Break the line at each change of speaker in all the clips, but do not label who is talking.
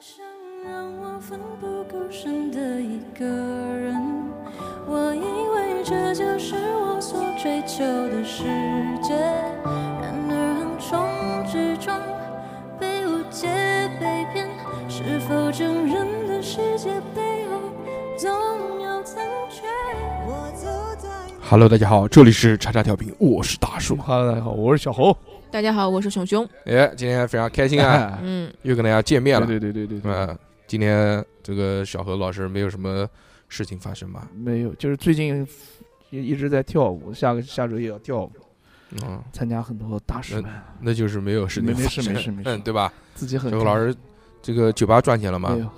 上让我奋不顾身的一个人，我以为这就是我所追求的世界，然而横冲直撞，被误解被骗，是否整人的世界背后总有残缺？我走在
Hello，大家好，这里是叉叉调频，我是大树。
哈喽，大家好，我是小侯。
大家好，我是熊熊。
哎，今天非常开心 啊，
哎
嗯，
又跟大家见面了。
对对对对对，
嗯，今天这个小何老师没有什么事情发生吧？
没有，就是最近也一直在跳舞，下个下周也要跳舞，
嗯，
参加很多大使们，
那就是没有事情
没没
发
事
生，
没事没事
嗯，对吧？
自己很
小何老师，这个酒吧赚钱了吗
没？有，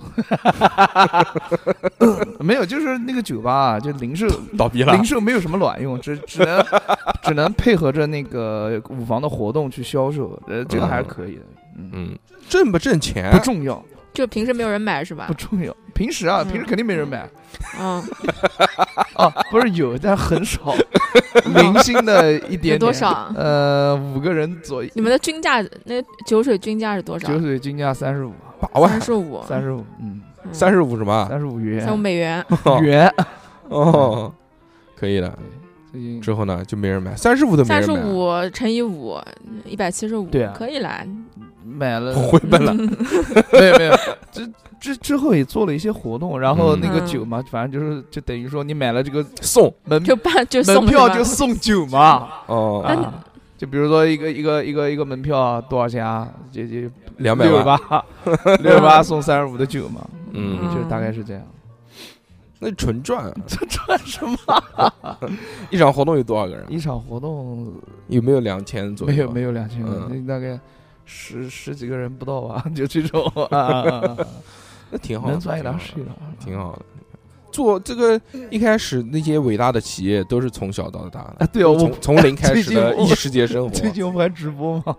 没有， 就是那个酒吧啊，就 零售
倒闭了。
零售没有什么卵用，只只能 只能配合着那个舞房的活动去销售，呃，这个还是可以的，嗯，
嗯，挣不挣钱
不重要
就平时没有人买是吧
哎
不？重要，平时啊
嗯
平时肯定没人 买，
嗯，
哦，不是有，但很少，零星的一点点。
有多少啊
呃，五个人左右。
你们的均价，那酒水均价是多少
酒？水均价三十五，
八万
三十五，
三十五，嗯，
嗯
三十五什么？
三十五
三十五
元，
美元。
元。
哦， 可以的
对。，最近
之后呢就没人买，三十五都没
三
人
十
买，
五乘以五，一百七十五，
对啊
可以啦。
买了，
回本了。
没有没有，之之之后也做了一些活动，然后那个
嗯
酒嘛，反正就是就等于说你买了这个
送
门
就办就送
门
是
票
吧
就送酒 嘛，
哦，
那你
啊，就比如说一个一个一个一个门票多少钱啊？就就
两百
六十
万。
八，六十八送三十五的酒嘛，
嗯
就大概是这样。
那纯赚啊。
这赚什
嗯
么？
一场活动有多少个人？啊
一场活动
有没有两千左右？啊
没有没
有。
有两千个，
嗯
那大概十十几个人不到吧，就这 种啊啊，啊啊
那挺好的，
能赚一
挺好
两
的
是一两，
挺好的。做这个一开始那些伟大的企业都是从小到大
啊
的，。
对哦，
从
我
从零开
最
始
近
的
我
异世界生
最
活，
近不还直播吗？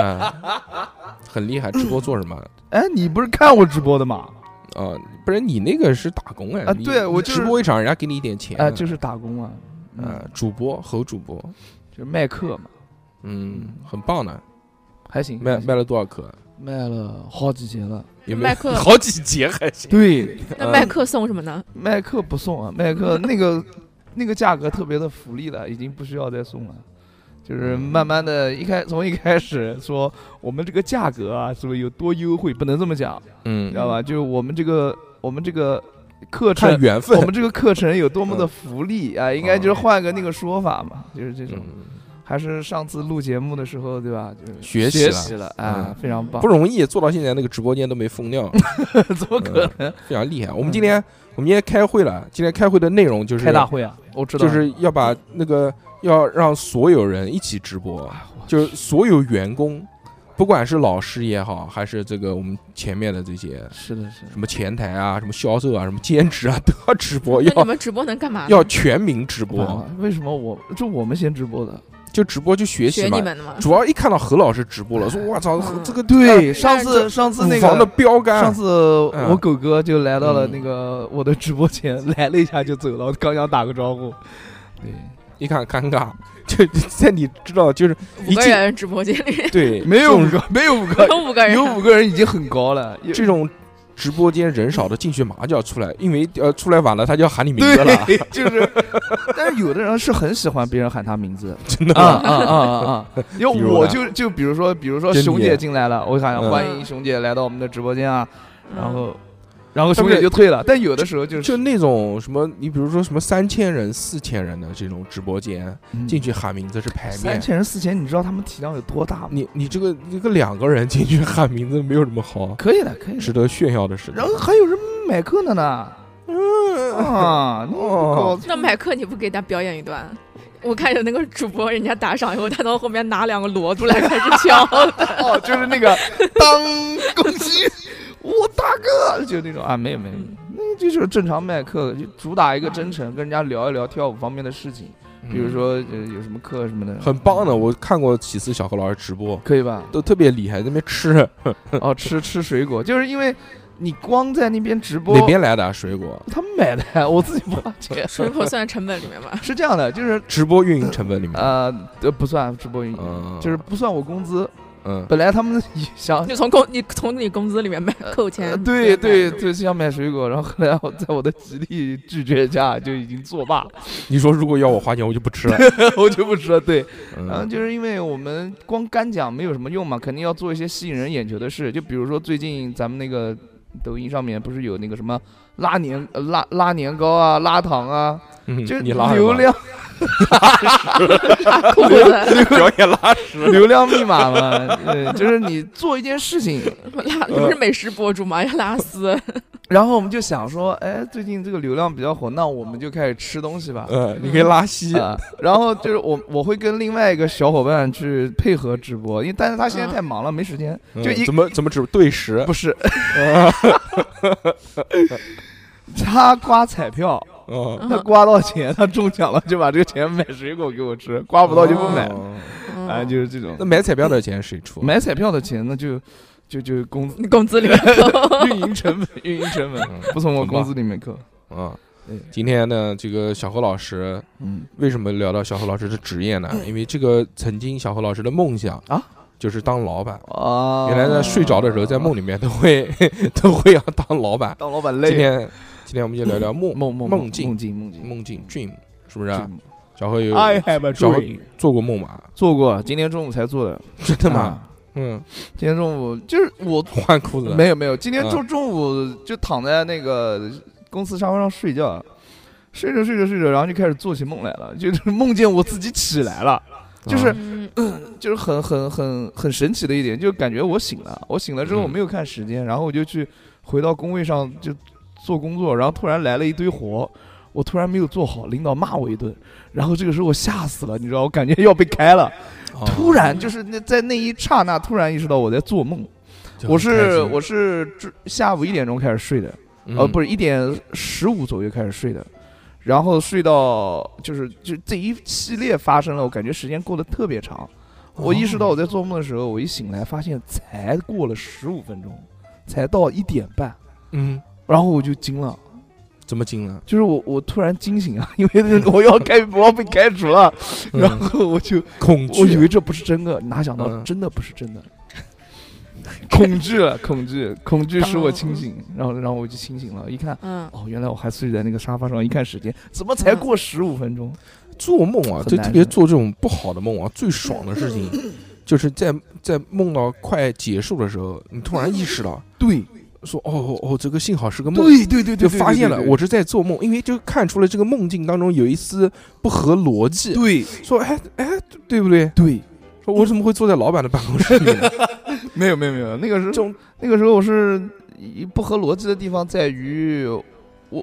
啊，很厉害。直播做什么？
哎，你不是看我直播 的吗？
啊，不是你那个是打工哎？
啊
你
对我就是
直播一场，人家给你一点钱
啊，就是是打工啊，嗯，
啊，主播猴主播，
就是卖课嘛，
嗯，很棒的。
还行，
卖
还行
卖了多少颗？
卖了好几节了。
有没
麦
有
克
好几节还行？
对，
那麦克送什 么呢？
卖课不送啊，卖课那个那个价格特别的福利了，已经不需要再送了。就是
嗯
慢慢的，一开从一开始说我们这个价格啊，是不是有多优惠？不能这么讲，
嗯
知，道吧？就是我们这个我们这个课
看
程，
缘分嗯
我。们这个课程有多么的福利啊！应该就是换个那个说法嘛，就是这种。
嗯
还是上次录节目的时候，对吧？就是
学习
习
了
了啊
嗯，
非常棒
不。容易做到现在，那个直播间都没封 掉，
怎么可能
嗯
嗯
非常厉害。我们今天我们今天开会了，今天开会的内容就是
开大会啊？我知道，
就是要把那个要让所有人一起直播，就是所有员工，不管是老师也好，还是这个我们前面的这些
是的，是的
什。么前台啊、什么销售啊、什么兼职啊，都要直播，
那你
要
们直播能干嘛呢？
啊
要全民直播，
我哎为什么我就我们先直播的？
就直播就学习
学
嘛
你。们的吗？
主要一看到何老师直播了，说我操，
嗯
这个
对，
上
上
但是
次
次
上次那
乳房的
个
标杆，
上次
嗯
我狗哥就来到了
嗯
那个我的直播间，来了一下就走了，我刚想打个招呼。对，
一看尴尬，就就在你知道就是
五
一
个
进
人直播间 里
对
没有
这
五
种
个，没有五 个，
有五个人，
有五个人已经很高了。有
啊这种直播间人少的进去马上就要出来，因为呃出来晚了他就要喊你名字了，
对，就是，但是有的人是很喜欢别人喊他名字
真的
啊啊啊啊 啊！要
比如呢
我就就比如说，比如说
珍妮
熊姐进来了，我喊
嗯
欢迎熊姐来到我们的直播间啊，
嗯
然后然后
他
熊
们
姐就退了。但有的时候就是
就那种什么，你比如说什么三千人、四千人的这种直播间，进去
去
喊名字是牌
嗯三
面。
千人四千，你知道他们体量有多大吗？
你你这个这个两个人进 去喊名字没有什么好
可以了，可以了
值。得炫耀的事情嗯
然。后还有人买课的呢，啊，那
哦
搞
那麦克你不给他表演一段？我看有那个主播，人家打赏以后，他从后面拿两个锣出来开始敲。
哦，就是那个当攻击，我大哥，就那种啊，没有没有，那就是正常卖课，就主打一个真诚，跟人家聊一聊跳舞方面的事情，
嗯
比如说呃有什么课什么的，嗯
很棒的，我看过几次小何老师直播，
可 以吧？
都特别厉害，在那边吃
哦，吃吃水果，就是因为你光在那边直播，
哪边来的啊水果？
他们买的，我自己不花钱，
水果算成本里面吧？
是这样的，就是
直播运营成本里面，
呃，呃不算直播运营，
嗯，
就是不算我工资，
嗯，
本来他们 想
你从工你从你工资里面买扣钱
呃，，对
直接
对对，想买水果，然后后来我在我的极力拒绝下就已经作罢，
你说如果要我花钱，我就不吃了。
我就不说对，然后
嗯
就是因为我们光干讲没有什么用嘛，肯定要做一些吸引人眼球的事，就比如说最近咱们那个抖音上面不是有那个什么拉年呃拉拉年糕啊、拉糖啊，
嗯，
就是
你拉什
流
么
量
买裤子
表演拉屎，
流量密码嘛，对，就是你做一件事情，
拉，你不是美食博主吗？要 拉丝，
然后我们就想说，哎，最近这个流量比较火，那我们就开始吃东西吧。
嗯，你可以拉稀。
啊， 然后就是我，我会跟另外一个小伙伴去配合直播，因为但是他现在太忙了，没时间，
嗯
就一
怎么怎么只对时
不 是，他刮彩票，
哦，
他刮到钱，他中奖了就把这个钱买水果给我吃，刮不到就不买，
哦
嗯
哎，就是这种
那。买彩票的钱谁出？
买彩票的钱那就就就工
你工资里面扣
运营成本，运营成本
嗯
不从我
行吧
工资里面扣。
啊
对。
今天呢，这个小何老师
嗯，
为什么聊到小何老师的职业呢？因为这个曾经小何老师的梦想
啊，
就是当老板。
啊，
原来呢，睡着的时候在梦里面都会 都会要当老板。
当老板
今
累。
天今天我们就聊聊梦
梦梦
梦境
境梦境梦境
梦啊境 dream 是不是啊？
境
小何有
have a
小何做过梦吗？
做过，今天中午才做的。
真的吗？
啊
嗯，
今天中午就是我
换裤子了。
没有没有，今天
嗯
中中午就躺在那个公司沙发上睡觉，睡着睡着睡着，然后就开始做起梦来了，就是梦见我自己起来了，就是
嗯
就是很很很很神奇的一点，就感觉我醒了，我醒了之后
嗯
我没有看时间，然后我就去回到工位上就做工作，然后突然来了一堆活。我突然没有做好，领导骂我一顿，然后这个时候我吓死了，你知道，我感觉要被开了。
哦
突然就是那在那一刹那，突然意识到我在做梦。
就很
我
开
是
心
我是这下午一点钟开始睡的，呃，
嗯
不是一点十五左右开始睡的，然后睡到就是就这一系列发生了，我感觉时间过得特别长。
哦
我意识到我在做梦的时候，我一醒来发现才过了十五分钟，才到一点半，
嗯，
然后我就惊了，
怎么惊 了？
就是我我突然惊醒啊，因为我要开我要被开除了，
嗯
然后我就
恐
我以
惧，
为这不是真的，哪想到
嗯
真的不是 真的，恐惧了，恐惧，恐惧使我清醒，然后然后我就清醒了，一看，
嗯，
哦，原来我还睡在那个沙发上，一看时间，怎么才过十五分钟？
做梦啊，
很
就
难
特别
受
做这种不好的梦啊，最爽的事情 就是在在梦到快结束的时候，你突然意识到，
对
说哦哦哦，这个幸好是个梦，
对对对
就
对，对
发现了
对对
我是在做梦，因为就看出了这个梦境当中有一丝不合逻辑，
对
说哎哎，对不对？
对，
说我怎么会坐在老板的办公室里 呢？
没有没有没有，那个
这
时候
种
那个时候我是一不合逻辑的地方在于，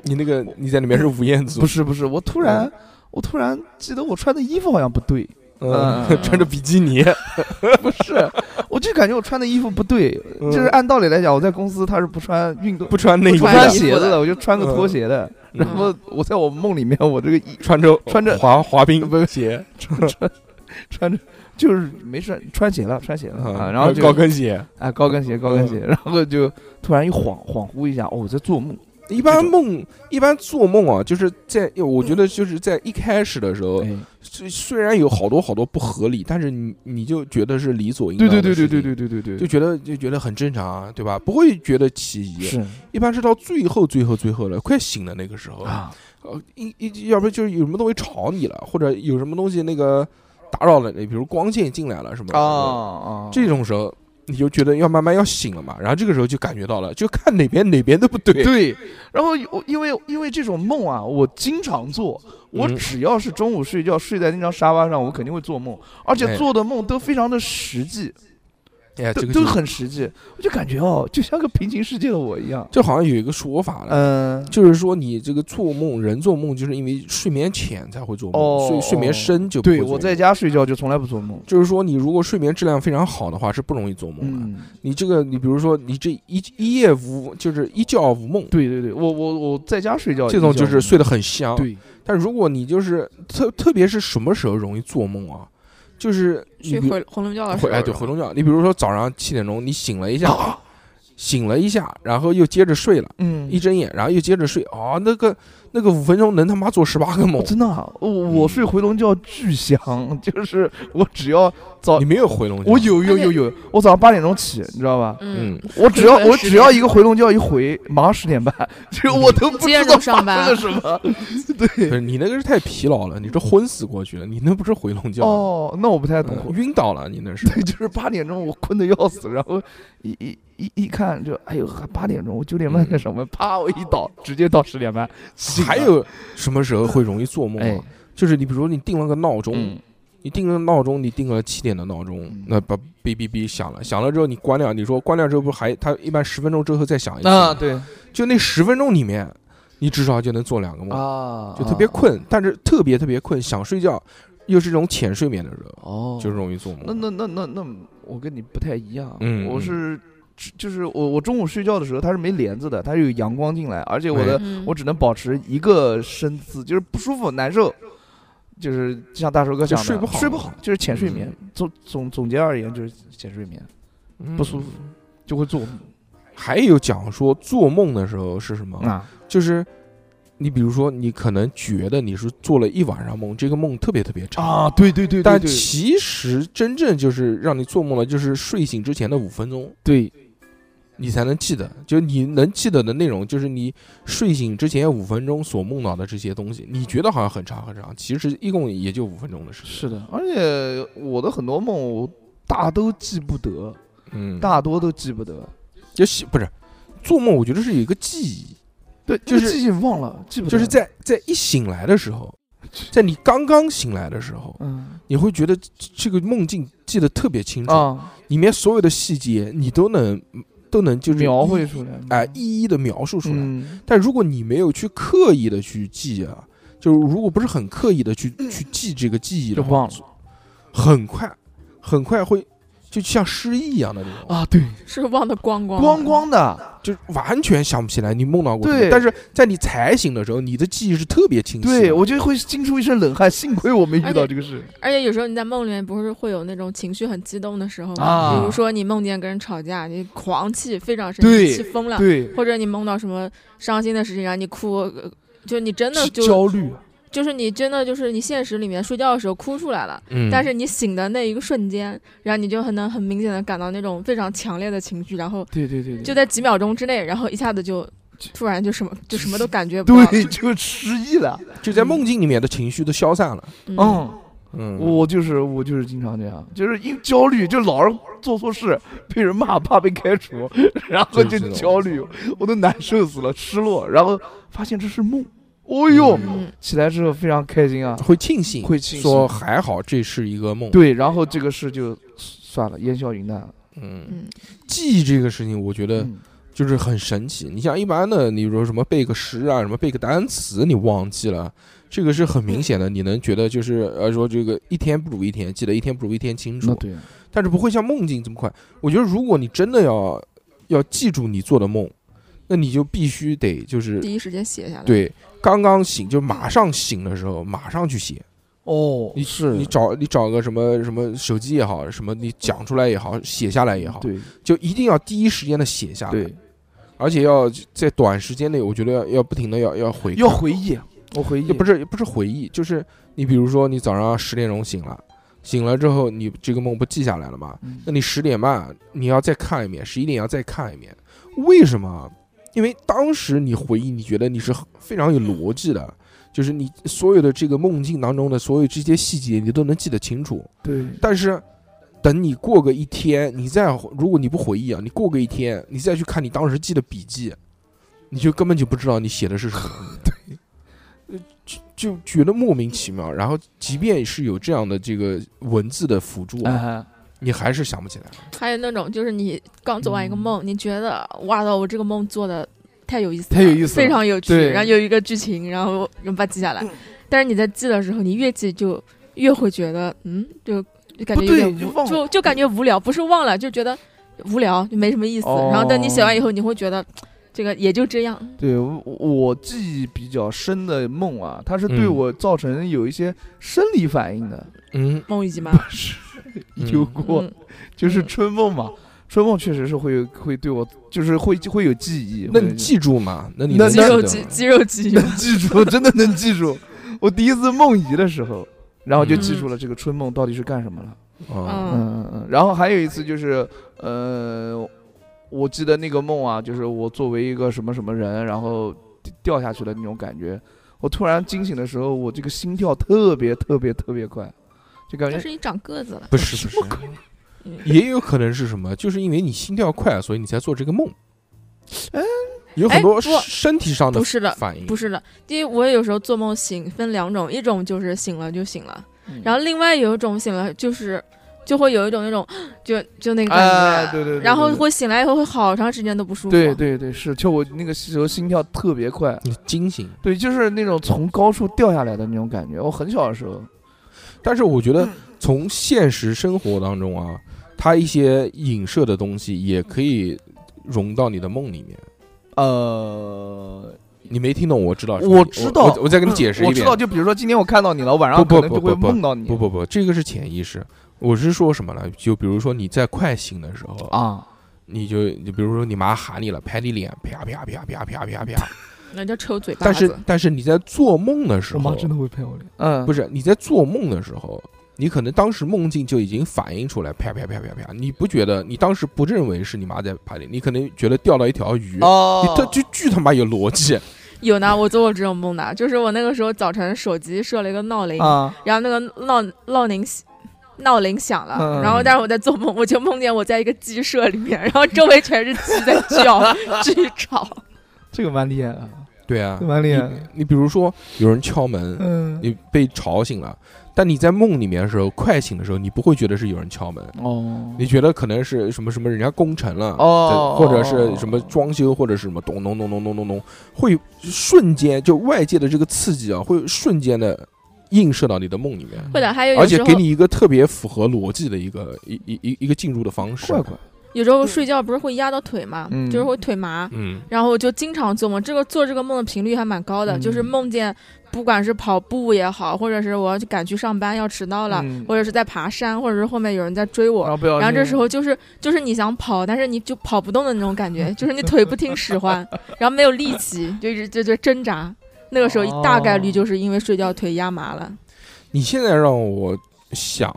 你那个你在里面是吴彦祖
不，是不是，我嗯突然我突然记得我穿的衣服好像不对，
嗯
嗯嗯，嗯
穿着比基尼，
不是，我就感觉我穿的衣服不对，
嗯
就是按道理来讲，我在公司他是不穿运动
不穿内衣
不
不
穿
穿
衣服
鞋子
的
的，我就穿个拖鞋的。
嗯
然后我在我梦里面，我这个衣
穿着
穿着
滑滑冰
不是
鞋，
穿着就是没穿穿鞋了，穿鞋了啊。
嗯
然后就
高跟鞋。
啊高跟鞋，高跟鞋， 然后就突然一恍恍惚一下，哦，我在做梦。
一般
这种
梦，一般做梦啊，就是在我觉得就是在一开始的时候，
哎
虽虽然有好多好多不合理，但是你你就觉得是理所应当
对对
的
对对
事情
对对对对对，
就觉得就觉得很正常啊，对吧？不会觉得奇异。
是
一般是到最后最后最后了，快醒的那个时候，
啊，
呃，一一要不就是有什么东西吵你了，或者有什么东西那个打扰了你，比如光线进来了什么的
啊啊，
这种时候。你就觉得要慢慢要醒了嘛，然后这个时候就感觉到了，就看哪边哪边都不 对，
对，然后我因为因为这种梦啊，我经常做。我
嗯
只要是中午睡觉睡在那张沙发上，我肯定会做梦，而且
哎
做的梦都非常的实际，
哎，
都
这个
都
就
很实际。我就感觉哦，就像个平行世界的我一样。
就好像有一个说法了，
嗯，
就是说你这个做梦，人做梦就是因为睡眠浅才会做梦，
哦
所以睡眠深就不会
对
做梦
我在家睡觉就从来不做梦。
就是说，你如果睡眠质量非常好的话，是不容易做梦的。
嗯，
你这个，你比如说，你这一一夜无，就是一觉无梦，
对对对，我我我在家睡觉
这种
哦一觉
就是睡得很香。
对
但如果你就是特特别是什么时候容易做梦啊？就是你
睡
比
回回笼觉的时
回
候，
哎对回笼觉，你比如说早上七点钟你醒了一下，醒了一下，然后又接着睡了，
嗯
一睁眼，然后又接着睡，哦，那个那个五分钟能他妈做十八个梦
哦，真的啊、我
嗯
我睡回笼觉巨香， 就是我只要早
你，没有回笼觉，
我，有有有有，我早上八点钟起，你知道吧？
嗯
嗯，，
我只 要
回笼
我
10
只要
点
一个回笼觉一回，马上十点半， 就是
嗯
我都不
接
知
着
道
上
发
班
生了什么。
不是你那个是太疲劳了，你这昏死过去了，你那不是回笼觉，
哦，那我不太懂，
嗯晕倒了，你那 是。
对，就是八点钟我困得要死，然后一一一一看就，哎呦，还八点钟，我九点半才上班，啪，我一倒，直接到十点半。醒
嗯
了
还，有什么时候会容易做梦
哎
啊？，就是你比如说你定了个闹钟
嗯，，
你定了闹钟，你定了七点的闹钟
嗯，
那把哔哔哔响了，响了之后你关掉，你说关掉之后不是还它一般十分钟之后再响一次
啊，
吗，
对
就那十分钟里面，你至少就能做两个梦，
啊，
嗯就特别困，但是特别特别困，想睡觉，又是一种浅睡眠的时候，
哦，
就容易做
那
梦。
那那那那，我跟你不太一样，
嗯
我
嗯
是就是我我中午睡觉的时候它是没帘子的，它是有阳光进来，而且我的、
哎
嗯
我只能保持一个身姿，就是不舒服难受，就是像大叔哥
就
讲的
睡不好
睡不好就是浅睡眠。总总总结而言就是浅睡眠，
嗯
不舒服就会做梦
还有讲说做梦的时候是什么？
啊。
就是你比如说，你可能觉得你是做了一晚上梦，这个梦特别特别长，
啊，对对对对
但
对
其实真正就是让你做梦了，就是睡醒之前的五分钟，
对，
你才能记得。就你能记得的内容，就是你睡醒之前五分钟所梦到的这些东西。你觉得好像很长很长，其实一共也就五分钟的事。
是的，而且我的很多梦我大都记不得，
嗯，
大多都记不得。
就是不是做梦，我觉得是有一个记忆，
对，
就
那个
是
记性忘了，记不得。
就是在在一醒来的时候，在你刚刚醒来的时候，
嗯
你会觉得这这个梦境记得特别清楚，
啊，
里面所有的细节你都能都能就是
描绘
一
出来
哎、一一的描述出来。
嗯
但如果你没有去刻意的去记啊，就是如果不是很刻意的去去记这个记忆的
嗯就
话，
忘了
很快很快会就像失忆一样的那种，
啊，对，
是忘得光光
光光的，
就是完全想不起来你梦到过什么
对。
但是在你才醒的时候，你的记忆是特别清晰的。
对我就会惊出一身冷汗，幸亏我没遇
而
到
且
这个事
而且有时候你在梦里面不是会有那种情绪很激动的时候吗？
啊
比如说你梦见跟人吵架，你狂气非常生
对
气，气疯了，
对，
或者你梦到什么伤心的事情，然后你哭，呃就你真的
是
就
焦虑，
就是你真的就是你现实里面睡觉的时候哭出来了，
嗯，
但是你醒的那一个瞬间，然后你就很能很明显的感到那种非常强烈的情绪，然后
对对对对，
就在几秒钟之内，然后一下子就
就
突然就什么就什么都感觉不到，
对 就失忆了。
就在梦境里面的情绪都消散了。
嗯，
嗯，
嗯，
我就是我就是经常这样，就是因为焦虑，就老是做错事，被人骂，怕被开除， 然后就
真是的
焦虑，我都难受死了，失落，然后发现这是梦，哦呦，
嗯
起来之后非常开心啊，
会庆幸，
会庆幸
说还好这是一个梦。，
对，然后这个事就算了，烟消云淡了。
嗯，
嗯
记忆这个事情，我觉得
嗯
就是很神奇。你像一般的，你说什么背个诗啊，什么背个单词，你忘记了，这个是很明显的，你能觉得就是呃说这个一天不如一天，记得一天不如一天清
那
楚，
对啊，
但是不会像梦境这么快。我觉得如果你真的要要记住你做的梦，那你就必须得就是
第一时间写下来，
对刚刚醒就马上醒的时候马上去写。
哦
你
是
你找你找个什么什么手机也好，什么你讲出来也好，写下来也好，
对
就一定要第一时间的写下来，
对，
而且要在短时间内，我觉得要要不停的要要回看，
要回忆，啊我回忆
也不
是
是不是回忆，就是你比如说你早上十点钟醒了，醒了之后你这个梦不记下来了吗？
嗯
那你十点半你要再看一遍，十一点要再看一遍，为什么？啊因为当时你回忆，你觉得你是非常有逻辑的，就是你所有的这个梦境当中的所有这些细节，你都能记得清楚。
对
但是等你过个一天，你再如果你不回忆啊，你过个一天，你再去看你当时记的笔记，你就根本就不知道你写的是什么。 对，就就觉得莫名其妙。然后，即便是有这样的这个文字的辅助啊，
啊，
你还是想不起来。
还有那种就是你刚做完一个梦，你觉得哇操，我这个梦做的太有意思
嗯
了，
太有意思了
非常有趣，
对嗯
然后有一个剧情，然后我把它记下来。但是你在记的时候，你越记就越会觉得，嗯，就就感觉
不
有
对
点
就
无，
忘了
就就感觉无聊，不是忘了，就觉得无聊，就没什么意思。
哦
然后等你写完以后，你会觉得这个也就这样，
对我我记忆比较深的梦啊，它是对
嗯
我造成有一些生理反应的，
嗯，
梦一集嘛。
是有过，
嗯，
就是春梦嘛。说梦确实是会有会对我，就是会会有记忆。
那
会
你
有
记住吗？那你
那
能
肌
记
肉
得吗
记 肌肉记忆
能记住，真的能记住。我第一次梦遗的时候，然后就记住了这个春梦到底是干什么了。
啊，
嗯
嗯
嗯嗯。然后还有一次就是，呃，我记得那个梦啊，就是我作为一个什么什么人，然后掉下去的那种感觉。我突然惊醒的时候，我这个心跳特别特别特别快，就感觉
但是你长个子了，
不是不是，
嗯
也有可能是什么？就是因为你心跳快，所以你才做这个梦。
嗯
有很
哎
多
不
身身体上的
不是的，
反应，
不是的。第一，我有时候做梦醒分两种，一种就是醒了就醒了，然
后
后另外有一种醒了就是就会有一种那种 就就那个感
哎
觉，
对对对对
然后
对
会醒来以后会好长时间都不舒服。
对对对是，就我那个时候心跳特别快，
你惊醒。
对，就是那种从高处掉下来的那种感觉。我很小的时候，
但是我觉
嗯
得从现实生活当中啊，它一些影射的东西也可以融到你的梦里面。
呃，
你没听懂？我知道什么意，
我知道
我我再跟你解释一
我
遍
知。道，就比如说今天我看到你了，晚上
不不
可能
不
就会
不不
梦到你。
不不不，这个是潜意识。我是说什么呢？就比如说你在快醒的时候，
啊，
你就你比如说你妈喊你了，拍你脸，啪啪啪啪啪啪啪。
那叫抽嘴巴
但是
子。
但是你在做梦的时候，
的会拍我脸。嗯，
不
是，
是你在做梦的时候，你可能当时梦境就已经反映出来，啪啪啪啪啪，你不觉得？你当时不认为是你妈在拍你，你可能觉得钓到一条鱼，你
哦，
他就巨他妈有逻 辑，
有呢，我做过这种梦的，就是我那个时候早晨手机设了一个闹铃，
啊，
然后那个闹闹铃响闹铃响了，
嗯
然后但是我在做梦，我就梦见我在一个鸡舍里面，然 后周围全是鸡在 叫巨吵。
这个蛮厉害的，
对啊，
蛮厉害。
你比如说有人敲门，
嗯，
你被吵醒了，但你在梦里面的时候，快醒的时候，你不会觉得是有人敲门，
哦，
你觉得可能是什么什么人家工程了，
哦
对或者是什么装修，或者是什么咚咚咚咚咚咚咚，会瞬间就外界的这个刺激啊，会瞬间的映射到你的梦里面，
嗯
会的，还有
而
有时
且
候
给你一个特别符合逻辑的一个一一一一个进入的方式。
怪怪，
有时候睡觉不是会压到腿嘛，
嗯
就是会腿麻。
嗯，
然后我就经常做梦，这个做这个梦的频率还蛮高的，
嗯
就是梦见不管是跑步也好，或者是我要去赶去上班要迟到了，
嗯哦
或者是在爬山，或者是后面有人在追我
然，后不要，
然后这时候就是就是你想跑，但是你就跑不动的那种 感觉，就是你腿不听使唤，然后没有力气，就一直就就挣扎。那个时候
哦
大概率就是因为睡觉腿压麻了。
你现在让我想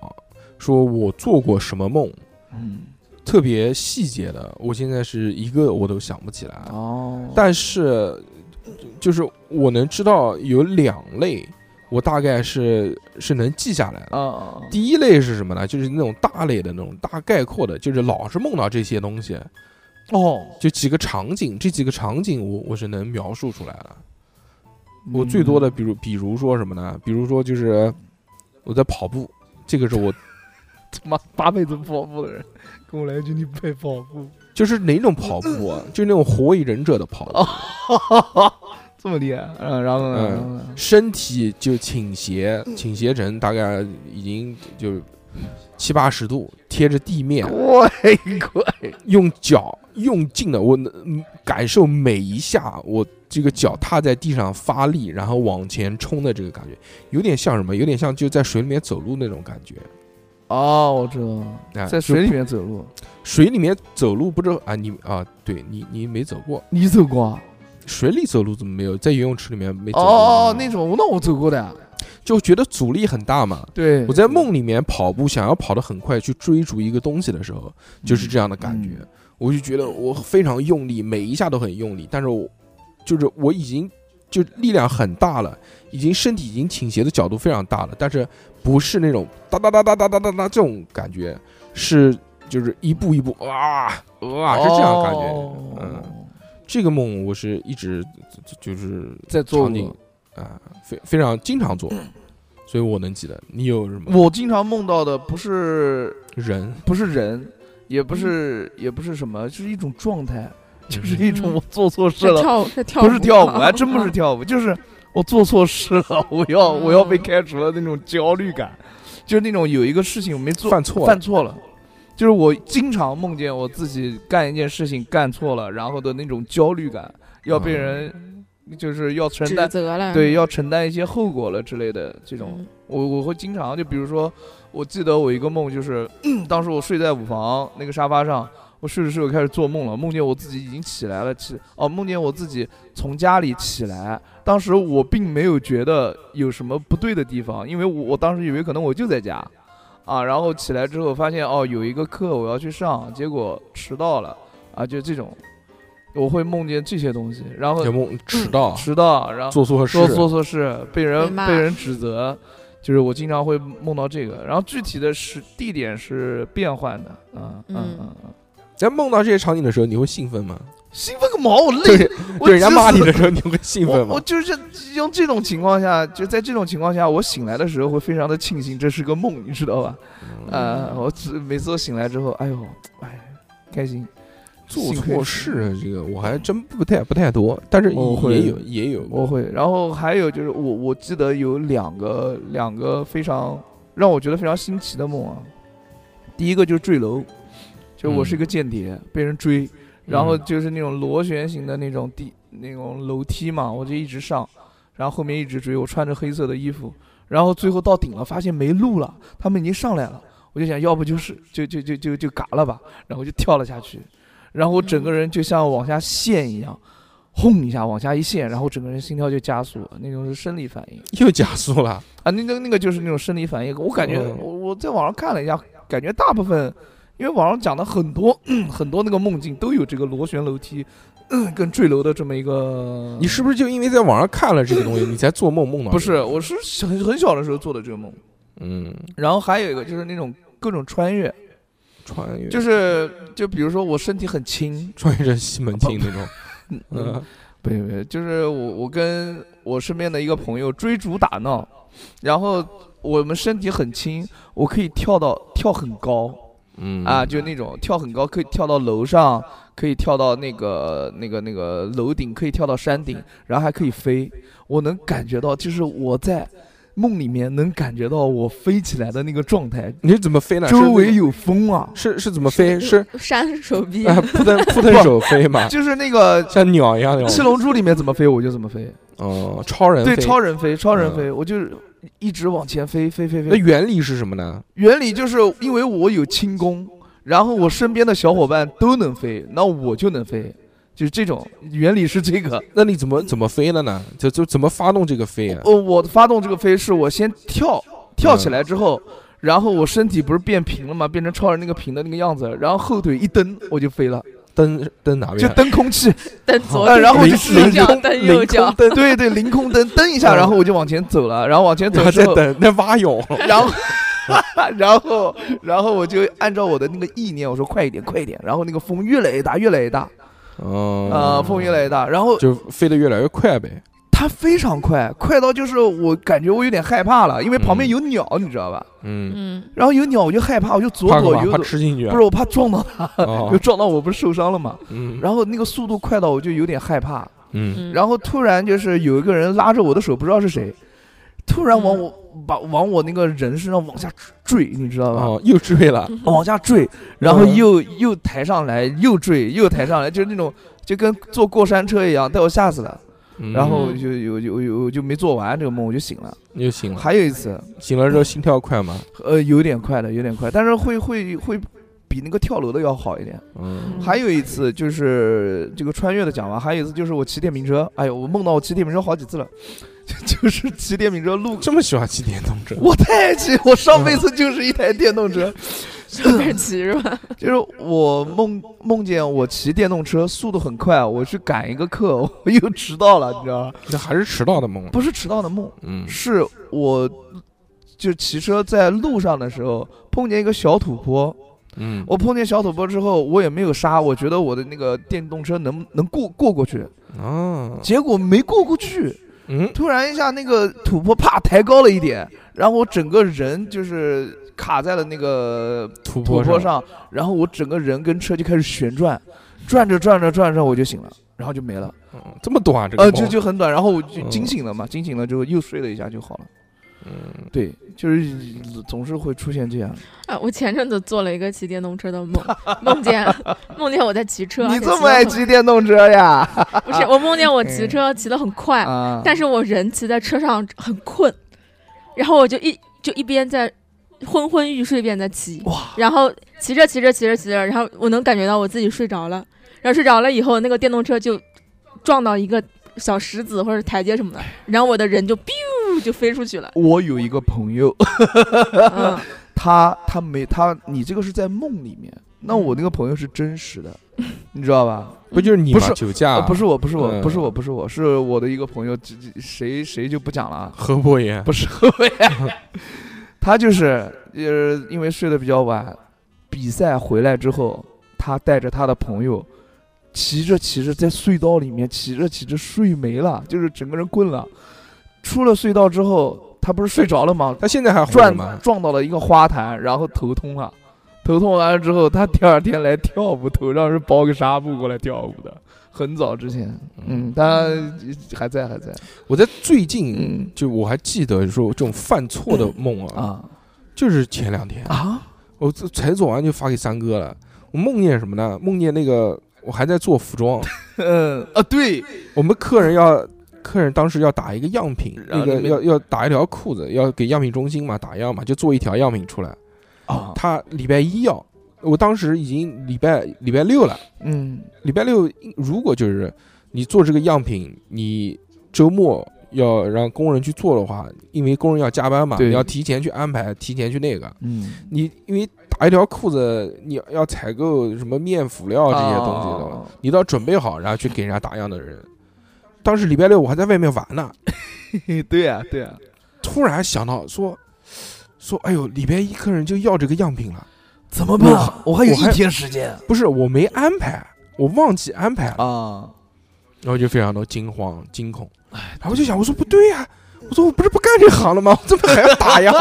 说，我做过什么梦？
嗯，
特别细节的，我现在是一个我都想不起来。
哦，
但是就是我能知道有两类，我大概是是能记下来的。
啊，
第一类是什么呢？就是那种大类的那种大概括的，就是老是梦到这些东西，
哦，
就几个场景，这几个场景我我是能描述出来的。我最多
嗯
的，比如比如说什么呢？比如说就是我在跑步，这个是我
妈八辈子不跑步的人，跟我来一句你不爱跑步，
就是哪种跑步啊？就是那种火影忍者的跑步，
这么厉害，嗯，然后呢，然后呢，
身体就倾斜，倾斜成大概已经就七八十度，贴着地面，
怪怪，
用脚用劲的，我能感受每一下我这个脚踏在地上发力，然后往前冲的这个感觉，有点像什么？有点像就在水里面走路那种感觉。
哦，我知道，
哎就
在水里面走路，
水里面走路不知道啊，你啊，对你你没走过，
你走过啊？
水里走路怎么没有？在游泳池里面没走
哦
过
哦，哦那种，那我走过的呀，
就觉得阻力很大嘛。
对，
我在梦里面跑步，想要跑得很快去追逐一个东西的时候，就是这样的感觉
嗯。
我就觉得我非常用力，每一下都很用力，但是我就是我已经就力量很大了，已经身体已经倾斜的角度非常大了，但是不是那种哒哒哒哒哒哒哒哒这种感觉，是就是一步一步啊啊是这样的感觉。
哦
嗯，这个梦我是一直就就是
在做
场景
梦。嗯
啊，非非常经常做，所以我能记得。你有什么
我经常梦到的不是
人？
不是人，也不是也不是什么，就是一种状态， 就是一
嗯
种我做错事
在
哦了，
跳在跳舞，
不是跳舞，还真 不是跳舞，就是我做错事了，我要
嗯
我要被开除了那种焦虑感，就是那种有一个事情我没做
犯错了
犯错了。就是我经常梦见我自己干一件事情干错了，然后的那种焦虑感，要
嗯
被人，就是要承
指
担，
责嗯了。
对，要承担一些后果了之类的这
嗯，
种。我我会经嗯常就比如说，我记得我一个梦就是，当时我睡在舞房那个沙发上，我睡着睡着开始做梦了，梦见我自己已经起来了，起哦，梦见我自己从家里起来。当时我并没有觉得有什么不对的地方，因为我我当时以为可能我就在家，啊，然后起来之后发现哦有一个课我要去上，结果迟到了啊，就这种，我会梦见这些东西，然后
节目嗯迟到
迟到，然后
做错事
说，做错事被
被
人
骂
被人指责，就是我经常会梦到这个。然后具体的是地点是变换的，啊嗯
嗯
嗯嗯，
在梦到这些场景的时候，你会兴奋吗？
兴奋个毛，我
就
累，
是
我
对人家
急
骂
死
你的
了
时候，你会兴奋
我我
吗？
就是用这种情况下，就在这种情况下，我醒来的时候会非常的庆幸这是个梦，你知道吧？啊，我只每次我醒来之后，哎呦，哎，开心，
做
幸亏
错
是
事啊这个我还真不太不太多，但是
我会
也有也有
我
过
会。然后还有就是我我记得有两个两个非常让我觉得非常新奇的梦啊。第一个就是坠楼，就是我是一个间谍，被人追，然后
嗯
就是那种螺旋形的那种地那种楼梯嘛，我就一直上，然后后面一直追，我穿着黑色的衣服，然后最后到顶了，发现没路了，他们已经上来了，我就想要不就是就就就就就嘎了吧，然后就跳了下去，然后我整个人就像往下陷一样，轰一下往下一陷，然后整个人心跳就加速，那种是生理反应
又加速了，
啊，那个那个就是那种生理反应，我感觉
嗯
我我在网上看了一下，感觉大部分。因为网上讲的很多嗯很多那个梦境都有这个螺旋楼梯，嗯跟坠楼的这么一个。
你是不是就因为在网上看了这个东西，你才做梦梦到？
不是，，我是很很小的时候做的这个梦，
嗯，
然后还有一个就是那种各种穿越，
穿越
就是就比如说我身体很轻，
穿越成西门庆那种，
嗯，
嗯，
不不不，就是我我跟我身边的一个朋友追逐打闹，然后我们身体很轻，我可以跳到跳很高
嗯
啊，就那种跳很高，可以跳到楼上，可以跳到那个那个那个楼顶，可以跳到山顶，然后还可以飞，我能感觉到，就是我在。梦里面能感觉到我飞起来的那个状态，
你是怎么飞呢？
周围
有
有风啊，
是是怎么飞？是
扇手臂，
啊，扑 腾扑腾手飞嘛，
就是那个
像鸟一样那
《七
种。
龙珠》里面怎么飞我就怎么飞，
哦，超人
对，
哦飞嗯
超人飞，超人飞，我就是一直往前飞，飞飞
那
飞。
原理是什么呢？
原理就是因为我有轻功，然后我身边的小伙伴都能飞，那我就能飞，就是这种原理是这个。
那你怎么怎么飞的呢？就就怎么发动这个飞啊？
哦，嗯我发动这个飞是我先跳，跳起来之后。然后我身体不是变平了吗？变成超人那个平的那个样子，然后后腿一蹬我就飞了，
蹬蹬哪
就
边？啊
蹬空气，
蹬左
呃
腿，
然后
蹬
就是
右
凌
脚，
空
蹬
凌
右
空
脚，
蹬，
对对，凌空蹬蹬一下，然后我就往前走了，然后往前 走
嗯然后
之
再
后，
等，那蛙 泳。
然后，然后，然后我就按照我的那个意念，我说快一点，快一点。然后那个风越来越大，越来越大，
嗯
啊，风越来越大。然后
就飞得越来越快呗。
它非常快，快到就是我感觉我有点害怕了，因为旁边有鸟，你知道吧？
嗯，
嗯，
然后有鸟我就害怕，我就左
怕干
躲
嘛
右
怕
躲，
吃进去啊？
不是我怕撞到它，
哦
就撞到我不是受伤了嘛。
嗯
然后那个速度快到我就有点害怕，
嗯，
嗯
然后突然就是有一个人拉着我的手，不知道是谁，突然往我把往我那个人身上往下坠，你知道吧？
嗯哦，又追了，
嗯
往下坠，然后
嗯
又、又抬上来，又坠，又抬上来，就是那种就跟坐过山车一样，把我吓死了。然后
嗯
就有有有我就没做完这个梦，我就醒了。
嗯又醒了，
还有一次，
醒了之后心跳快嘛，
呃，有点快的，有点快，但是会会会比那个跳楼的要好一点。
嗯，
还有一次就是这个穿越的讲完，还有一次就是我骑电瓶车，哎呦，我梦到我骑电瓶车好几次了， 就是骑电瓶车路。
这么喜欢骑电动车，
我太骑，我上辈子就是一台电动车，
上边骑是吧？
就是我梦梦见我骑电动车，速度很快，我去赶一个课，我 又迟到了，你知道吗？
那还是迟到的梦，
不是迟到的梦，
嗯，
是我就骑车在路上的时候碰见一个小土坡，
嗯，
我碰见小土坡之后，我也没有刹，我觉得我的那个电动车能能过过过去，
哦，
结果没过过去，
嗯，
突然一下那个土坡啪抬高了一点，然后我整个人就是卡在了那个
土
土
坡
坡，上，然后我整个人跟车就开始旋转，转着转着转着我就醒了，然后就没了，
嗯这么短啊这个
呃，
梦
就就很短，然后我就
嗯
惊醒了嘛，惊醒了之后又睡了一下就好了。
嗯，
对，就是总是会出现这样。
啊，我前阵子做了一个骑电动车的梦，梦见梦见我在骑车，
你
而且
这
骑
么
得
爱
很
骑电动车 呀？
不是，我梦见我骑车骑得很快，
啊，
但是我人骑在车上很困，然后我就一就一边在昏昏欲睡便在骑，
哇，。
然后骑着骑着骑着骑着，然后我能感觉到我自己睡着了，然后睡着了以后，那个电动车就撞到一个小石子或者台阶什么的，然后我的人就 biu 就飞出去了
我有一个朋友，
嗯，
他他没他，你这个是在梦里面，那我那个朋友是真实的， 你知道吧？
不就是你
不
吗？
是
酒驾、
呃不是我，不是我，
嗯
不是我，不是我，是我的一个朋友，这这谁谁就不讲了啊，
何伯言，
不是他就是呃，因为睡得比较晚，比赛回来之后，他带着他的朋友，骑着骑着在隧道里面骑着骑着睡没了，就是整个人困了。出了隧道之后，他不是睡着了吗？
他现在还活着
撞
吗？
撞到了一个花坛，然后头痛了。头痛完了之后，他第二天来跳舞，头上是包个纱布过来跳舞的，很早之前。嗯，他还在还在。
我在最近
嗯
就我还记得说这种犯错的梦啊，
啊
就是前两天
啊
我这才做完就发给三哥了。我梦见什么呢？梦见那个我还在做服装，
嗯啊对，
我们客人要客人当时要打一个样品，
然
那
后
个
你们
要要打一条裤子，要给样品中心嘛打样嘛，就做一条样品出来。
啊
他礼拜一要，我当时已经礼拜礼拜六了，
嗯
礼拜六如果就是你做这个样品，你周末要让工人去做的话，因为工人要加班嘛，
对
你要提前去安排，提前去那个。
嗯
你因为打一条裤子，你要采购什么面辅料这些东西的，
啊
你都要准备好，然后去给人家打样的人。当时礼拜六我还在外面玩呢，
嘿嘿对啊 对啊
突然想到说说，哎呦，礼拜一客人就要这个样品了，
怎么
办
我还
有一
天时间
不是我没安排，我忘记安排了，
啊！
然后就非常的惊慌惊恐，然后我就想，我说不对呀、我说我不是不干这行了吗？ 我怎么还要打样？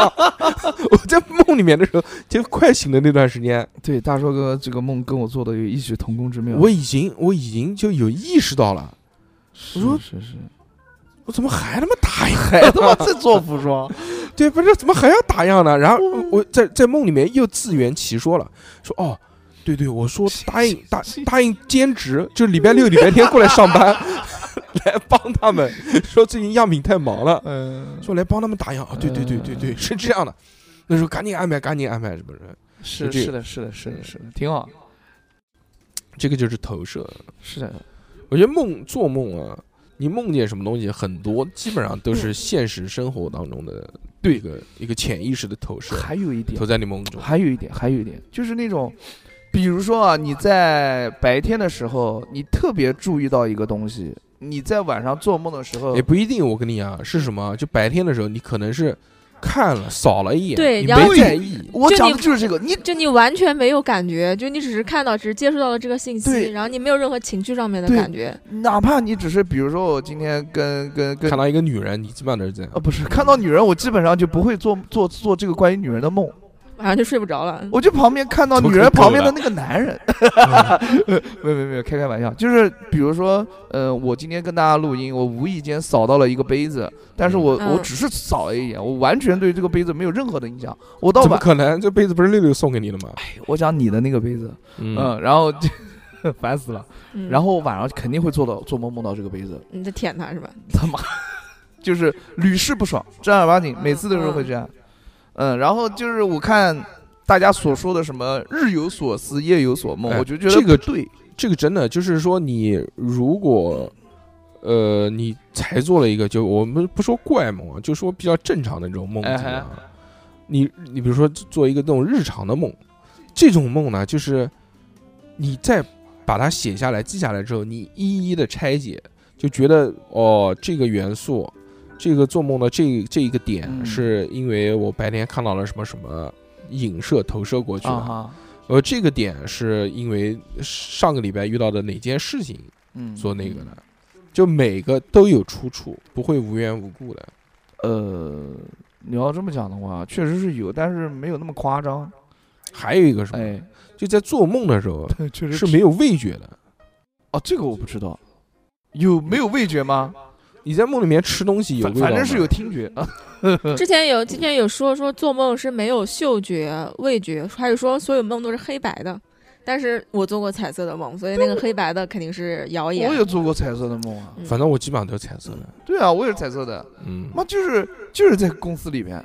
我在梦里面的时候，就快醒的那段时间，
对，大硕哥这个梦跟我做的有异曲同工之妙。
我已经我已经就有意识到了，
是
我说
是是，
我怎么还他妈打样？
还他妈在做服 装，
对，不是怎么还要打样呢？然后我在在梦里面又自圆其说了，说哦，对对，我说答应答答应兼职，就礼拜六、礼拜天过来上班， 来帮他们。说最近样品太忙了，
嗯，
说来帮他们打样。啊，对对对对
嗯
对，是这样的。那时候赶紧安排，赶紧安排，是不是？
是
这
是的，是的，是的，是的，嗯挺好，
这个就是投射。
是的，
我觉得梦做梦啊，你梦见什么东西很多，基本上都是现实生活当中的对一个一个潜意识的投射，
还有一点
投，在你梦中。
还有一点，还有一点，就是那种，比如说啊，你在白天的时候，你特别注意到一个东西，你在晚上做梦的时候
也，不一定。我跟你讲是什么？就白天的时候，你可能是看了扫了一眼，
对
你
然后
没在意。
我
就
讲
你
的就是这个，你
就你完全没有感觉，就你只是看到，只是接触到了这个信息，
对
然后你没有任何情绪上面的
对
感觉。
哪怕你只是，比如说我今天跟跟跟
看到一个女人，你基本上都是这样
啊，。
呃
不是看到女人，我基本上就不会做做做这个关于女人的梦，
晚上就睡不着了。
我就旁边看到
怎么
女
可
人
能
旁边的那个 男人，没有没有没有，开开玩笑，就是比如说，呃，我今天跟大家录音，我无意间扫到了一个杯子，但是我、
嗯
我只是扫了一眼，我完全对这个杯子没有任何的影响。我到
怎么
晚，
可能？这杯子不是六六送给你的
哎
吗？
我讲你的那个杯子，
嗯
嗯，然后就烦死了，
嗯、
然后我晚上肯定会做到做梦梦到这个杯子，
你在舔它是吧？
他妈就是屡试不爽，正儿八经，每次都是会这样。嗯，然后就是我看大家所说的什么日有所思，夜有所梦，
哎
我就觉得
这个
不对，
这个真的就是说，你如果呃你才做了一个，就我们不说怪梦啊，就说比较正常的这种梦境
哎
啊。你你比如说做一个那种日常的梦，这种梦呢，就是你在把它写下来、记下来之后，你一一的拆解，就觉得哦，这个元素，这个做梦的这这一个点，
嗯
是因为我白天看到了什么什么影射投射过去的。
啊哈，
呃，这个点是因为上个礼拜遇到的哪件事情
嗯，
做那个的，就每个都有出处，不会无缘无故的。
呃，你要这么讲的话，确实是有，但是没有那么夸张。
还有一个什么，
哎，
就在做梦的时候
确
是没有味觉的。
哦，这个我不知道，有没有味觉吗？
你在梦里面吃东西有
反
味道吗，
反正是有 听觉啊。
之前有之前有说说做梦是没有嗅觉、味觉，还有说所有梦都是黑白的。但是我做过彩色的梦，所以那个黑白的肯定是谣言
我。也做过彩色的梦啊，
嗯
反正我基本上都是彩色的。
对啊，我也是彩色的，
嗯，
妈就是就是在公司里面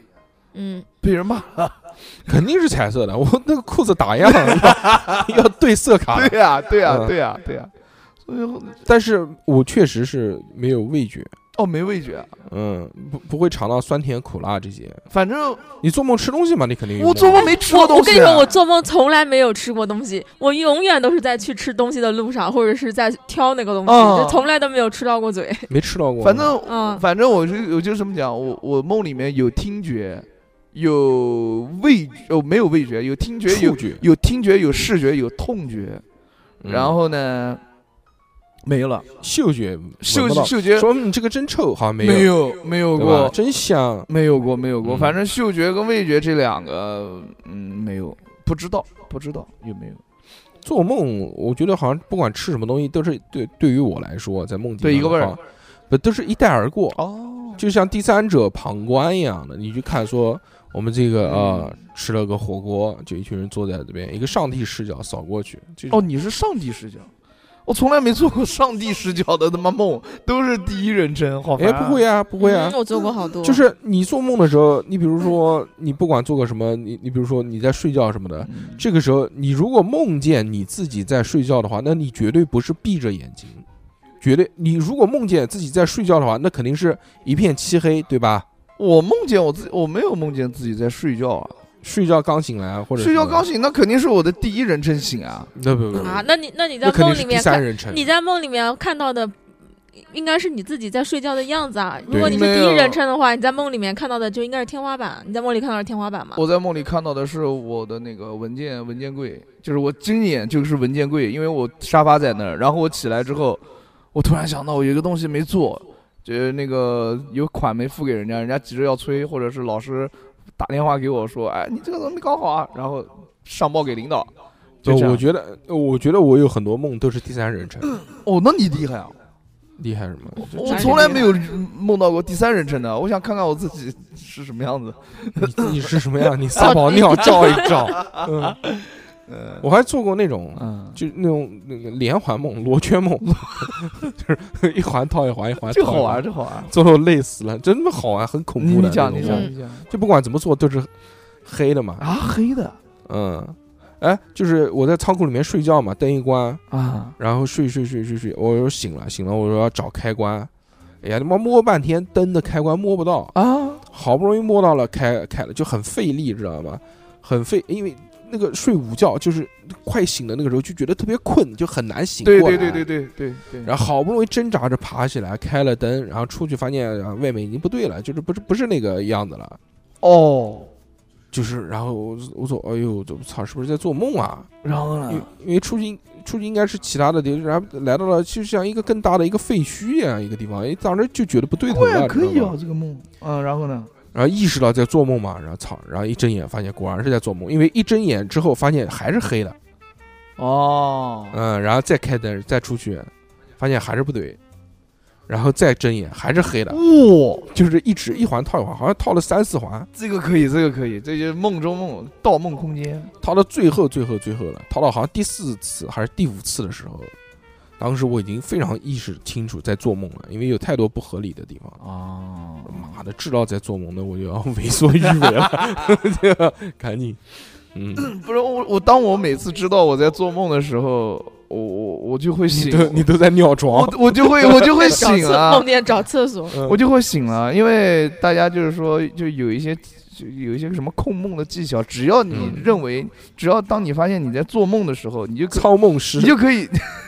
嗯，
被人骂了，
肯定是彩色的。我那个裤子打样 要要对色卡，
对呀、对呀、
嗯
对呀、对呀、所以后
但是我确实是没有味觉，
哦，没味觉啊，
嗯，不不会尝到酸甜苦辣这些。
反正
你做梦吃东西嘛，你肯定有
我
梦
做梦没吃过
哎我
东
我
西。啊
跟你说，我做梦从来没有吃过东西，我永远都是在去吃东西的路上，或者是在挑那个东西，
哦
就从来都没有吃到过嘴。
没吃到过，
反正
嗯，
反正我是我就是这么讲，我我梦里面有听觉，有味哦没有味觉，有听觉有
触觉，
有听觉有视觉有痛觉，
嗯
然后呢没了，
嗅觉
嗅
闻不到
嗅觉
说你这个真臭，好像没有
没有没有
对吧
过
真香。
没有过没有过，
嗯
反正嗅觉跟味觉这两个嗯没有不知道不知道有没有
做梦，我觉得好像不管吃什么东西，都是对对于我来说，在梦境
对一个味儿
儿，不都是一带而过，
哦
就像第三者旁观一样的。你去看说我们这个
嗯
呃吃了个火锅，就一群人坐在这边，一个上帝视角扫过去，这
哦
种
你是上帝视角。我从来没做过上帝视角的他妈梦，都是第一人称，好烦、
哎不会，啊不会啊
嗯，我做过好多，
就是你做梦的时候，你比如说你不管做个什么，你你比如说你在睡觉什么的，
嗯
这个时候你如果梦见你自己在睡觉的话，那你绝对不是闭着眼睛，绝对你如果梦见自己在睡觉的话，那肯定是一片漆黑，对吧？
我梦见我自己，我没有梦见自己在睡觉啊。
睡觉刚醒来或者
睡觉
什么
刚，醒，那肯定是我的第一人称醒啊。
那不不不，
啊，那你那你在
那肯
梦
定是第
里面
三
看，
人
哎
称，
你在梦里面看到的。应该是你自己在睡觉的样子啊！如
对
果你是
没
第
有
一人称的话，你在梦里面看到的就应该是天花板。你在梦里看到的是天花板吗？
我在梦里看到的是我的那个文件文件柜，就是我睁眼就是文件柜，因为我沙发在那儿。然后我起来之后，我突然想到我有一个东西没做，就是那个有款没付给人家，人家急着要催，或者是老师打电话给我说，哎，你这个东西搞好啊，然后上报给领导。就
就
这样
呃我觉得，我觉得我有很多梦都是第三人称，
哦，那你厉害啊！
厉害什么？
我
这
从来没有梦到过第三人称的，我想看看我自己是什么样子。
你自己是什么样？你撒泡尿照一照。嗯，
嗯
我还做过那种，
嗯，
就那种那个连环梦、罗圈梦， 就是一环套一环，一环
这
套一
好
环
玩，这好玩。
最后累死了，真的好玩，很恐
你
怖的。
你讲，你
那种
讲，
梦
你讲
就不管怎么做都是黑的嘛。
啊，黑的
嗯，哎，就是我在仓库里面睡觉嘛，灯一关，
啊，
然后睡睡睡睡睡，我又醒了，醒了，我说要找开关。哎呀，他妈摸半天灯的开关摸不到，
啊，
好不容易摸到了开开了，就很费力，知道吗？很费，因为那个睡午觉就是快醒的那个时候就觉得特别困，就很难醒过
对
来。
对对对对对对，
然后好不容易挣扎着爬起来，开了灯，然后出去发现啊外面已经不对了，就是不是不是那个样子了，
哦，
就是然后我我说哎呦，我操，是不是在做梦啊？
然后
因为
呢？
因为出去出去应该是其他的地方，然后来到了就像一个更大的一个废墟一样一个地方，哎，当时就觉得不对头
对，
了，
可
知
以
道
啊
吗，
这个梦，嗯，然后呢？
然后意识到在做梦嘛，然后操，然后一睁眼发现果然是在做梦，因为一睁眼之后发现还是黑的，
哦，
嗯，然后再开灯再出去，发现还是不对，然后再睁眼还是黑的，
哇，
就是一直一环套一环，好像套了三四环，
这个可以，这个可以，这就是梦中梦，盗梦空间。
套到最后最后最后了，套到好像第四次还是第五次的时候，当时我已经非常意识清楚在做梦了，因为有太多不合理的地方。
哦，
妈的，知道在做梦，那我就要为所欲为了，这个赶紧，嗯，
不是我，我当我每次知道我在做梦的时候，我我我就会
你
醒，
都你都在尿床
我，我就会我就会 醒
找厕
啊
梦，见找厕所，
嗯
我就会醒了，因为大家就是说，就有一些就有一些什么控梦的技巧，只要你
嗯
认为，只要当你发现你在做梦的时候，你就可
操梦师
你，就可以，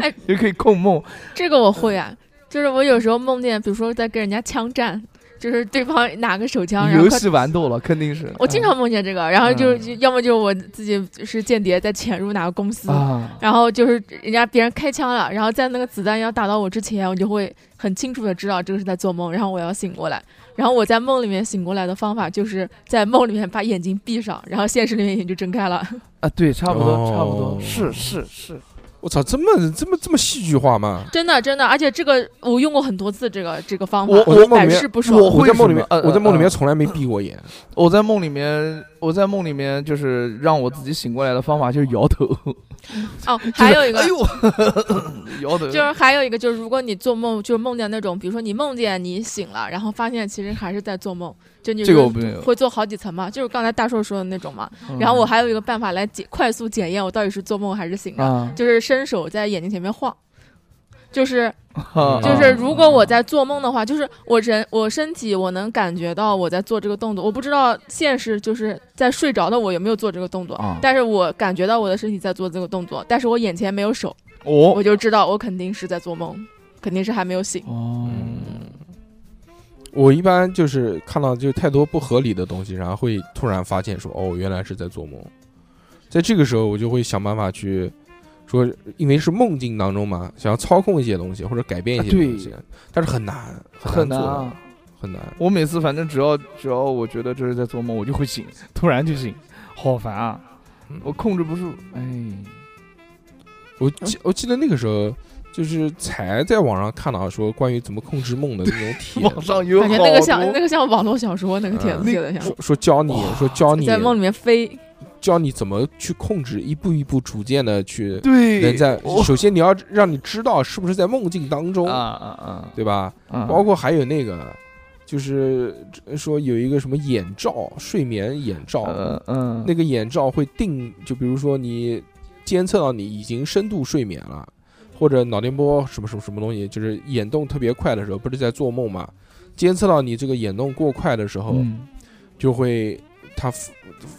哎
你就可以控梦。
这个我会啊。就是我有时候梦见，比如说在跟人家枪战，就是对方拿个手枪，然后
游
快
戏玩够了，肯定是。
我经常梦见这个，然后就
嗯
是要么就是我自己是间谍在潜入哪个公司，
啊，
然后就是人家别人开枪了，然后在那个子弹要打到我之前，我就会很清楚的知道这个是在做梦，然后我要醒过来。然后我在梦里面醒过来的方法，就是在梦里面把眼睛闭上，然后现实里面眼睛睁开了。
啊，对，差不多，差不
哦
多，是是是，
我操，这么这么这么戏剧化吗？
真的，真的，而且这个我用过很多次这个这个方法，
我
我在梦里
百
面
试不爽。
我会
我在梦里面
什么呃，
我在梦里面
呃
从来没闭过眼，
我在梦里面，我在梦里面就是让我自己醒过来的方法就是摇头，
哦，还有一个
哎。呦， 摇的，
就是还有一个就是，如果你做梦就是梦见那种，比如说你梦见你醒了，然后发现其实还是在做梦，就你
这个
会
我没有。
会做好几层嘛，就是刚才大硕说的那种嘛。然后我还有一个办法来检快速检验我到底是做梦还是醒
嗯
着，
啊，
就是伸手在眼睛前面晃，就是
啊
就是如果我在做梦的话，就是我人我身体我能感觉到我在做这个动作，我不知道现实就是在睡着的我有没有做这个动作
啊，
但是我感觉到我的身体在做这个动作，但是我眼前没有手，
哦
我就知道我肯定是在做梦，肯定是还没有醒。
哦，
嗯我一般就是看到就太多不合理的东西，然后会突然发现说，哦，原来是在做梦。在这个时候，我就会想办法去说，因为是梦境当中嘛，想要操控一些东西或者改变一些
啊对
东西，但是很难，
很
难
难
做到，
啊。
很难。
我每次反正只要只要我觉得这是在做梦，我就会醒， 突然就醒，好烦啊
嗯！
我控制不住，哎，
我记我记得那个时候，就是才在网上看到说关于怎么控制梦的那种帖
网
子，
上有好
感觉
多
那个像那个像网络小说那个帖子
嗯
写的像，
说说教你
哇
说教你
在梦里面飞，
教你怎么去控制，一步一步逐渐的去
对，
能在
我
首先你要让你知道是不是在梦境当中
啊，啊
对吧？
啊啊！
包括还有那个，就是呃说有一个什么眼罩，睡眠眼罩，
呃嗯，
那个眼罩会定，就比如说你监测到你已经深度睡眠了，或者脑电波什么什么什么东西，就是眼动特别快的时候，不是在做梦嘛？监测到你这个眼动过快的时候，
嗯
就会它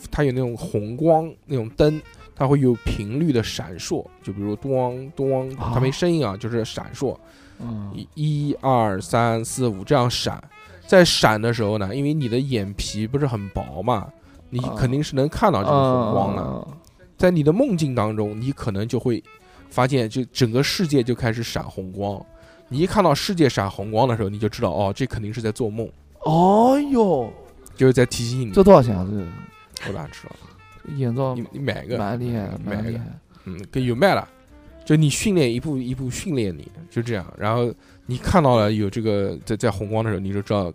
它有那种红光那种灯，它会有频率的闪烁，就比如咚咚，
啊
它没声音啊，就是闪烁，
嗯
一一二三四五这样闪。在闪的时候呢，因为你的眼皮不是很薄嘛，你
啊
肯定是能看到这个红光的。
啊
在你的梦境当中，你可能就会发现，就整个世界就开始闪红光。你一看到世界闪红光的时候，你就知道哦，这肯定是在做梦，
哦
嗯
哟，
就是哦在提醒你。
这多少钱啊？这
我哪知道？
个眼罩
你你买一个，
蛮厉害的，
买
蛮
一
厉
个
害的。
嗯，跟有卖了，就你训练一步一步训练你，就这样。然后你看到了有这个在在红光的时候，你就知道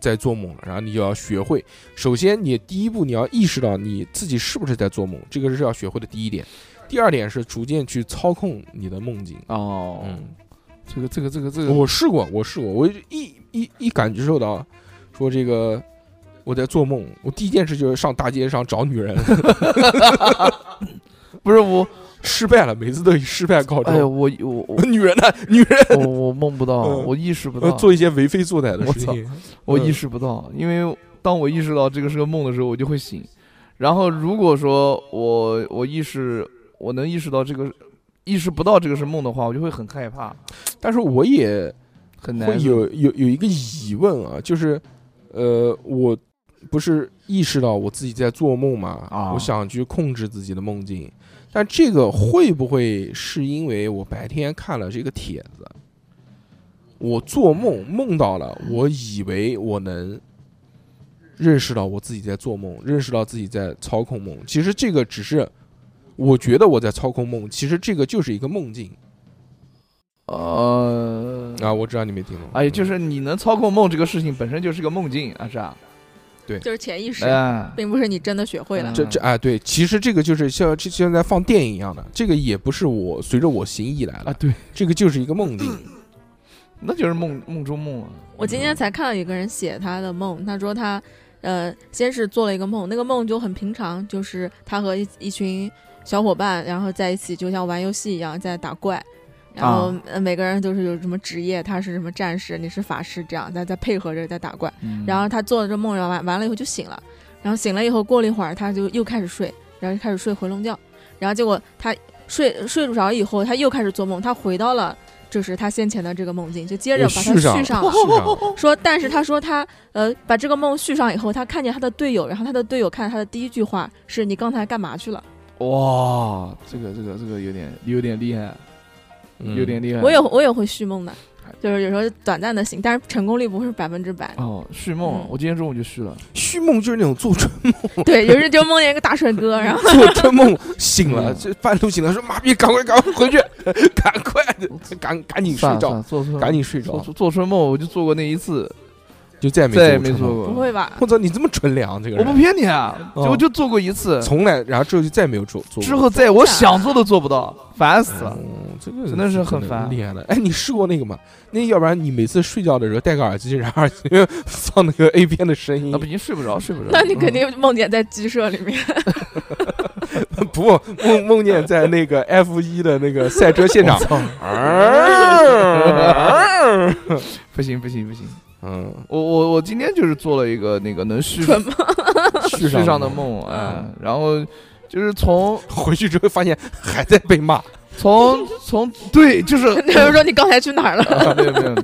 在做梦了。然后你就要学会，首先你第一步你要意识到你自己是不是在做梦，这个是要学会的第一点。第二点是逐渐去操控你的梦境。
哦，
嗯，
这个这个这个这个，
我试过，我试过，我一一一感觉受到说这个我在做梦，我第一件事就是上大街上找女人，
不是我，
失败了，每次都以失败告
哎呀，
终。
我我 我
女人呢？女人
我我梦不到，
嗯
我意识不
呃
到，
做一些为非作歹的
我
事
操
情。
我意
嗯
识不到，因为当我意识到这个是个梦的时候，我就会醒。然后如果说我我意识我能意识到这个意识不到这个是梦的话，我就会很害怕，
但是我也
很难
会有有有一个疑问啊，就是呃，我不是意识到我自己在做梦嘛，
啊
我想去控制自己的梦境，但这个会不会是因为我白天看了这个帖子，我做梦梦到了，我以为我能。认识到我自己在做梦，认识到自己在操控梦。其实这个只是，我觉得我在操控梦，其实这个就是一个梦境
呃。
啊！我知道你没听懂，
哎，
嗯
就是你能操控梦这个事情本身就是个梦境啊，是啊，
就是潜意识，
哎，
并不是你真的学会了。
嗯
这这哎，对，其实这个就是像这现在放电影一样的，这个也不是我随着我心意来的，
啊，对，
这个就是一个梦境。
那就是梦梦中梦了。啊
我今天才看到一个人写他的梦，他说他，呃，先是做了一个梦，那个梦就很平常，就是他和一一群小伙伴，然后在一起，就像玩游戏一样在打怪，然后
啊
呃每个人都是有什么职业，他是什么战士，你是法师，这样在在配合着在打怪。
嗯
然后他做了这梦，然后完完了以后就醒了，然后醒了以后过了一会儿他就又开始睡，然后就开始睡回笼觉，然后结果他睡睡不着以后他又开始做梦，他回到了就是他先前的这个梦境，就接着
呃
把它
续上
续上了。
是啊
嗯
说，但是他说他呃把这个梦续上以后，他看见他的队友，然后他的队友看他的第一句话是你刚才干嘛去了？
哇，啊这个这个这个有点有点厉害，
嗯
有点厉害。
我也我也会续梦的，就是有时候短暂的醒，但是成功率不是百分之 百。
哦，续梦
嗯，
我今天中午就续了。
虚梦，就是那种做春
对，有时候就梦见一个大帅哥，然后
做春梦醒了，
嗯
这半路醒了说妈逼，赶快赶快回去， 赶 快赶赶紧睡
算了算
着
了，，做做
赶紧睡着
做。做春梦，我就做过那一次，
就再也没
再也
没
没做。
不
过。
会吧？
我操，你这么纯良，这个
我
人
不骗你啊，
哦
就我就做过一次，
从来，然后之后就再也没有做做过。
之后再我想做都做不到，烦死了。
嗯，这个
真的是很烦
厉害的。哎，你试过那个吗？那要不然你每次睡觉的时候戴个耳机，然后耳 机放那个 A 片的声音
啊那不，行，睡不着，睡不着。
那你肯定梦见在鸡舍里 面，
不梦梦见在那个 F 一的那个赛车现场， 啊
不行不行不行，
嗯，
我我我今天就是做了一个那个能续
纯梦
续
续上的
梦，嗯
梦啊，哎然后就是从
回去之后发现还在被骂，
从从对，就是
那人说你刚才去哪儿 了？
啊没有没有，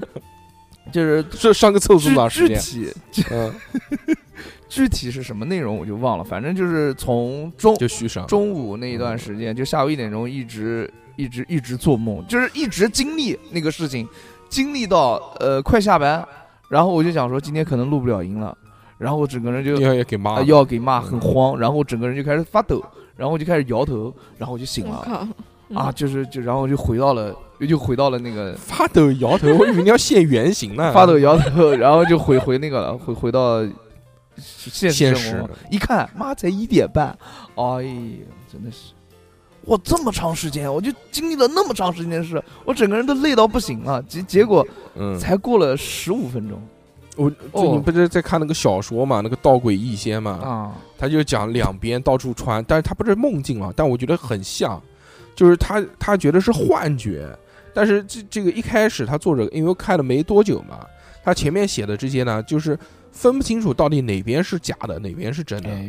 就是
是上个厕所
具
多长时
具
间？
体
嗯，
具体是什么内容我就忘了，反正就是从中
就续上。
中午那一段时间，就下午一点钟一直一直一直做梦，就是一直经历那个事情，经历到呃快下班，然后我就想说今天可能录不了音了，然后我整个人就
要也给骂
啊
了，
要给骂很慌，然后我整个人就开始发抖，然后我就开始摇头，然后我就醒
我
了
靠！嗯
啊，，就是就然后我就回到了又回到了那个
发抖摇头，我以为你要现原形呢。
发抖摇头， 然后就回回那个了，回回到现
现
实生活
实
一看，妈才一点半，哎呀，真的是，哇，这么长时间，我就经历了那么长时间的事，我整个人都累到不行了。结结果
嗯，
才过了十五分钟
我最
哦
近不是在看那个小说嘛，那个《盗鬼异仙》嘛，
啊，
他就讲两边到处穿，但是他不是梦境嘛，但我觉得很像，就是他他觉得是幻觉，但是这这个一开始他作者因为看了没多久嘛，他前面写的这些呢，就是分不清楚到底哪边是假的，哪边是真的。
哎，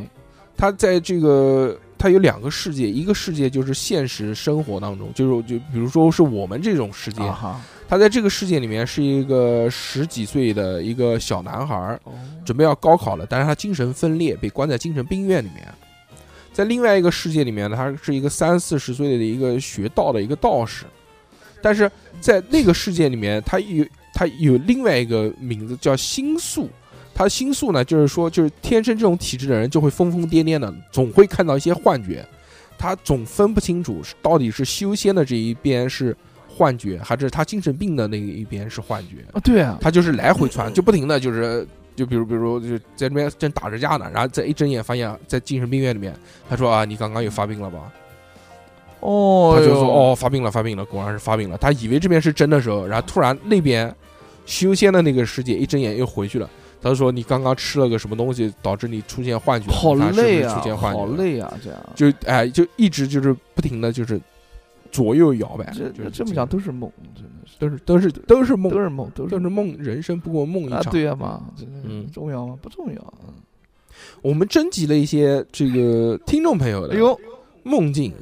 他在这个他有两个世界，一个世界就是现实生活当中，就是就比如说是我们这种世界，
啊哈，
他在这个世界里面是一个十几岁的一个小男孩儿，
嗯
准备要高考了，但是他精神分裂，被关在精神病院里面。在另外一个世界里面呢，他是一个三四十岁的一个学道的一个道士，但是在那个世界里面，他有他有另外一个名字叫星宿。他星宿呢，就是说，就是天生这种体质的人就会疯疯癫癫的，总会看到一些幻觉，他总分不清楚是到底是修仙的这一边是幻觉，还是他精神病的那一边是幻觉。
啊，对啊，
他就是来回窜，就不停的就是，就比如比如就在那边正打着架呢，然后再一睁眼发现在精神病院里面，他说啊，你刚刚又发病了吧？
哦，
他就说，哦，发病了，发病了，果然是发病了。他以为这边是真的时候，然后突然那边修仙的那个世界一睁眼又回去了。他就说你刚刚吃了个什么东西，导致你出现幻觉，
好
你看是不是
累啊
出现，幻觉
好
了，
累啊，这样，
就哎就一直就是不停的就是左右摇摆，
这
就是
这这么讲都是梦，真的是
都是都是都是梦
都，是梦，都
都是梦，人生不过梦一
啊
场，。
对呀嘛，真的是
嗯
重要吗？不重要。嗯
我们征集了一些这个听众朋友的
哎呦，
梦境，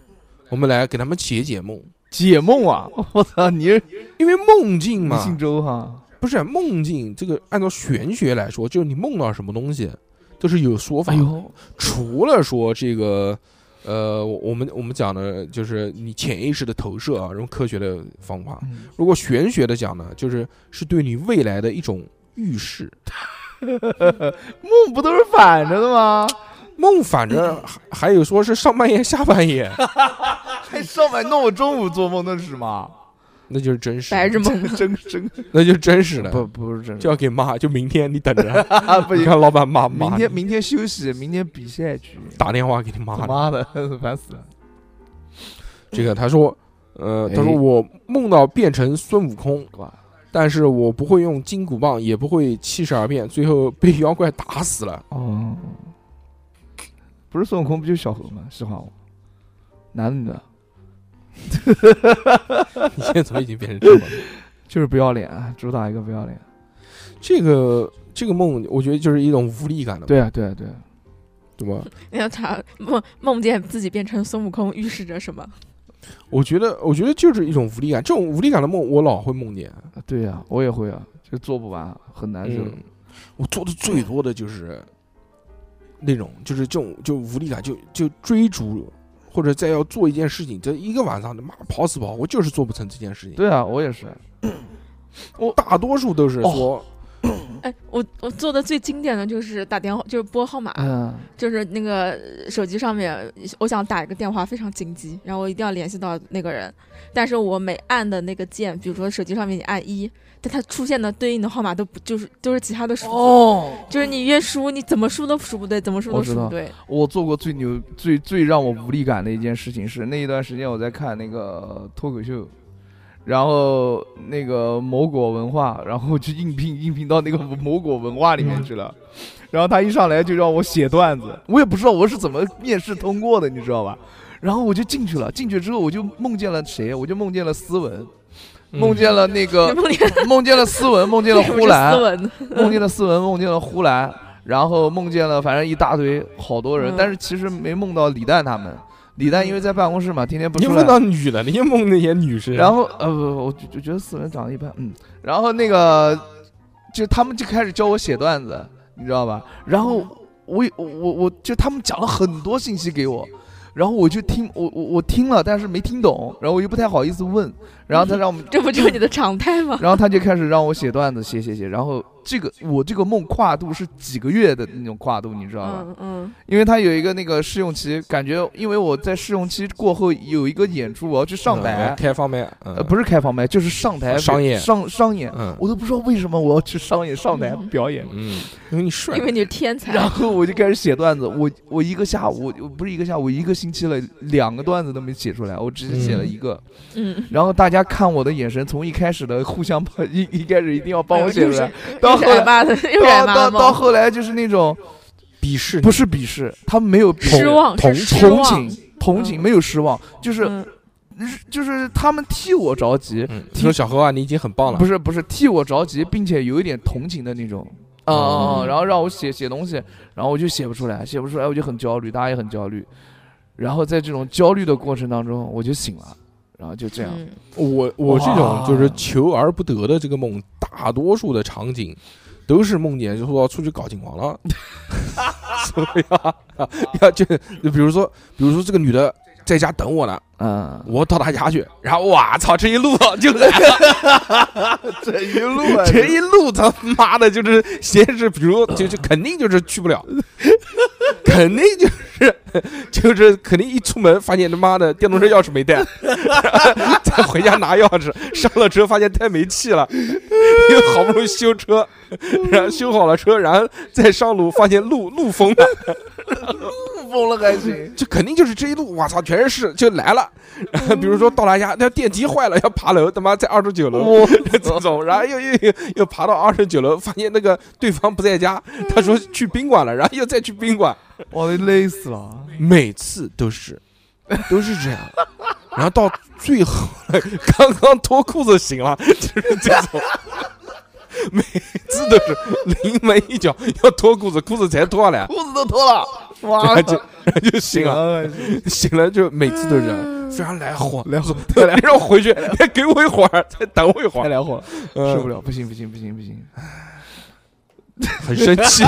我们来给他们解解梦，
解梦啊！我操，你是
因为梦境
你姓
嘛，
周哈？
不是啊梦境这个按照玄学来说，就是你梦到什么东西都是有说法
哎。呦，
除了说这个，呃，我我们我们讲的就是你潜意识的投射啊，用科学的方法。
嗯
如果玄学的讲呢，就是是对你未来的一种预示。
梦不都是反着的吗？
梦反正还还有说是上半夜下半 夜，
还上班，那我中午做梦那是什么？
那就是真实，
白日梦吧
真真
那就是真实的。
不不是真
就要给骂，就明天你等着，
啊！ 不
你
行，
看老板骂骂
明
你，
天明天休息，明天比赛局。
打电话给你
他
骂你。
妈的， 烦死了！
这个他说，呃，他说
哎
我梦到变成孙悟空，
哇，
但是我不会用金箍棒，也不会七十二变，最后被妖怪打死 了。
哦，不是孙悟空，不就是小猴吗？实话我，男的女的，
你现在怎么已经变成这样了？
就是不要脸啊，主打一个不要脸。
这个这个梦，我觉得就是一种无力感的，
对啊，对啊，对啊。
对吧？
你要查梦梦见自己变成孙悟空，预示着什么？
我觉得，我觉得就是一种无力感。这种无力感的梦，我老会梦见。
啊对呀、我也会啊，就做不完，很难受。
嗯，我做的最多的就是那种，就是这种就无力感，就就追逐或者再要做一件事情，这一个晚上他妈跑死跑活，我就是做不成这件事情。
对啊，我也是。
大多数都是
哦
说，
哎，我我做的最经典的就是打电话，就是拨号码，
嗯，
就是那个呃手机上面，我想打一个电话非常紧急，然后我一定要联系到那个人，但是我每按的那个键，比如说手机上面你按一，但它出现的对应的号码都不就是都是其他的数字，
哦，
就是你越输你怎么输都输不对，怎么输
我
都
知
输不
道
对。
我做过最牛、最最让我无力感的一件事情是，那一段时间我在看那个脱口秀，然后那个某果文化，然后去应聘，应聘到那个某果文化里面去了。然后他一上来就让我写段子，我也不知道我是怎么面试通过的，你知道吧？然后我就进去了，进去之后我就梦见了谁？我就梦见了思文，
嗯
梦见了那呃个
你梦见
梦见了思文，梦见了
为什么
呼
是
兰
斯，文？
梦见了思文，梦见了呼兰，然后梦见了反正一大堆好多人，
嗯
但是其实没梦到李诞他们。李诞因为在办公室嘛，天天不
你
出
梦
来。
到女的，你也梦那些女生，
然后呃不不，我就就觉得思文长得一般，嗯。然后那个就他们就开始教我写段子，你知道吧？然后我我我我就他们讲了很多信息给我。然后我就听我我我听了，但是没听懂，然后我又不太好意思问，然后他让我们
这不就是你的常态吗？
然后他就开始让我写段子，写写写。然后这个我这个梦跨度是几个月的那种跨度，你知道吧？
嗯嗯，
因为他有一个那个试用期，感觉因为我在试用期过后有一个演出，我要去上
嗯
台，
开放麦，呃
呃，不是开放麦，就是上台
商演
上商演。
嗯
我都不知道为什么我要去商演上台
嗯
表演，
嗯，因为你帅
因，为你是天才。
然后我就开始写段子。我我一个下午，我不是一个下午，我一个星期了，两个段子都没写出来，我只是写了一个。
嗯，
然后大家看我的眼神，从一开始的互相 帮一一开始一定要帮我写
又
出
是
来，到
又嗯是
后
挨
来
骂的，又是挨
到
骂
到到
的梦。
后来就是那种
鄙视
不是鄙视，他们没有鄙
失
视
望
同
是失
同
望，
情同情，
嗯
没有失望，就是
嗯
就是他们替我着急，
嗯，说小何啊，你已经很棒了，
不是不是替我着急，并且有一点同情的那种。啊、啊啊
嗯
然后让我写写东西，然后我就写不出来，写不出来我就很焦虑，大家也很焦虑，然后在这种焦虑的过程当中，我就醒了，然后就这样，
嗯
我我这种
哇
就是求而不得的这个梦，大多数的场景都是梦见，就说要出去搞金黄了，所以啊，要就就比如说，比如说这个女的在家等我呢，
嗯，
我到她家去，然后哇操，这一路就来了，
这一路啊
这一路他妈的就是先是，比如就就肯定就是去不了，肯定就是就是肯定一出门发现他妈的电动车钥匙没带，再回家拿钥匙，上了车发现太没气了，又好不容易修车，然后修好了车，然后再上路发现路路封了，
疯了还行，
就肯定就是这一路，我操，全是事就来了。然 后比如说到他家，那电梯坏了要爬楼，他妈在二十九楼。
我
这种，然后又又又又爬到二十九楼，发现那个对方不在家，他说去宾馆了，然后又再去宾馆，
我都累死了。
每次都是都是这样，然后到最后 刚刚脱裤子醒了，就是这种。每次都是临门一脚要脱裤子，裤子才脱下来，
裤子都脱了，
然
哇啊
后就然后就醒了，
了，
醒了就每次都这
嗯
样，非常来火，
来 火，
再让我回去，再给我一会儿， 再等我一会儿，
太来火了，
嗯
受不了，不行不行不行不行，
很生气，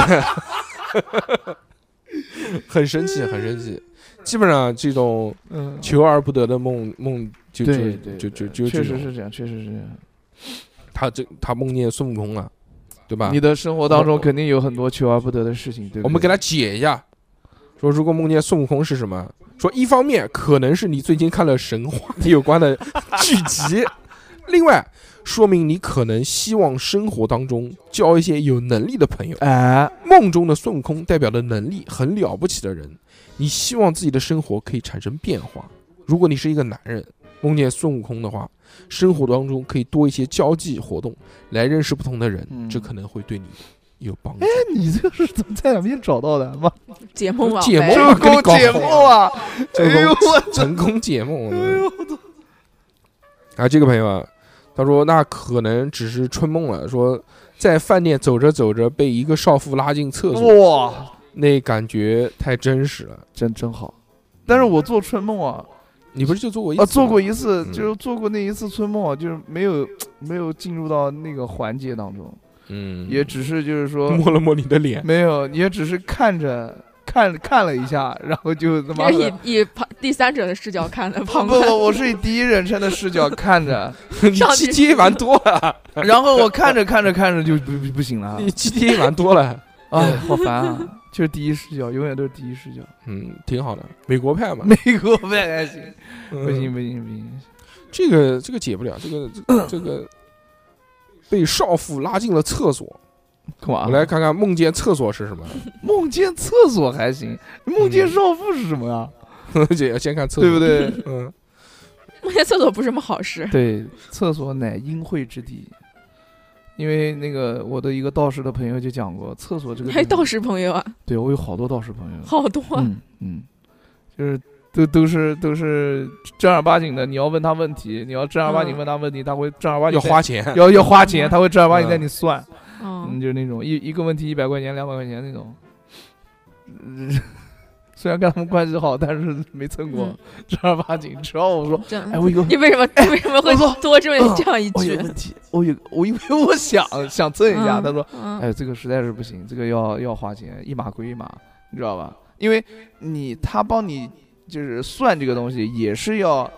很生气，很生气。基本上这种
嗯，
求而不得的梦梦，就就
对对，
就就
对
就
确
这
实
种。
是这样，确实是这样。
他这他梦见孙悟空了，对吧
你？的生活当
我
中肯定有很多求而不得的事情，对不对？
我们给他解一下，说如果梦见孙悟空是什么？说一方面可能是你最近看了神话有关的剧集， 另外说明你可能希望生活当中交一些有能力的朋友。
哎，
梦中的孙悟空代表的能力很了不起的人，你希望自己的生活可以产生变化。如果你是一个男人，梦见孙悟空的话，生活当中可以多一些交际活动，来认识不同的人，
嗯
这可能会对你有帮助。
你这个是怎么在哪边找到的？ 妈，
解梦网
解
呗
梦
成功解梦啊！哎
成
呦
功
我哎
成功解梦。我操啊，这个朋友啊，他说那可能只是春梦了，说在饭店走着走着被一个少妇拉进厕
哦
所，
哇，
那感觉太真实了。
真真好。但是我做春梦啊，
你不是就做过一次吗
啊，做过一次，
嗯
就是做过那一次春梦啊，就是没有没有进入到那个环节当中，
嗯
也只是就是说
摸了摸你的脸，
没有，也只是看着看看了一下，然后就他妈
这是
的。
以以旁第三者的视角看的，
不
旁
不
观
不，我是以第一人称的视角看着，
你
上去
GTA 玩多 了，
然后我看着看着看着就不不不行了
你，GTA 玩多了，
哎，好烦啊！就是第一视角，永远都是第一视角。
嗯，挺好的，美国派嘛，
美国派还行，
嗯
不行不行不行，
这个这个解不了，这个这个这个被少妇拉进了厕所，
干嘛？
我来看看梦见厕所是什么，
梦见厕所还行，梦见少妇是什么呀？
姐先看厕所，
对不？对？
嗯，
梦见厕所不是什么好事。
对，厕所乃阴秽之地，因为那个我的一个道士的朋友就讲过，厕所这个
还有
地方
道，士朋友啊，
对我有好多道士朋友，
好多 啊，
嗯嗯，就是都都是都是正儿八经的，你要问他问题，你要正儿八经
嗯
问他问题，他会正儿八经
要
带
花钱，
要要花钱，他会正儿八经带你算，嗯，
嗯，
就是那种一一个问题一百块钱、两百块钱那种。 虽然跟他们关系好，但是没蹭过，
嗯
正儿八经。只要我说，
这样
哎，我有个
你为什么
哎
为什么会
我说嗯
多这么这样一
我
句
有？问题，我有我因为我想想蹭一下，
嗯
他说，
嗯
哎，这个实在是不行，这个要要花钱，一码归一码，你知道吧？因为你他帮你就是算这个东西，也是要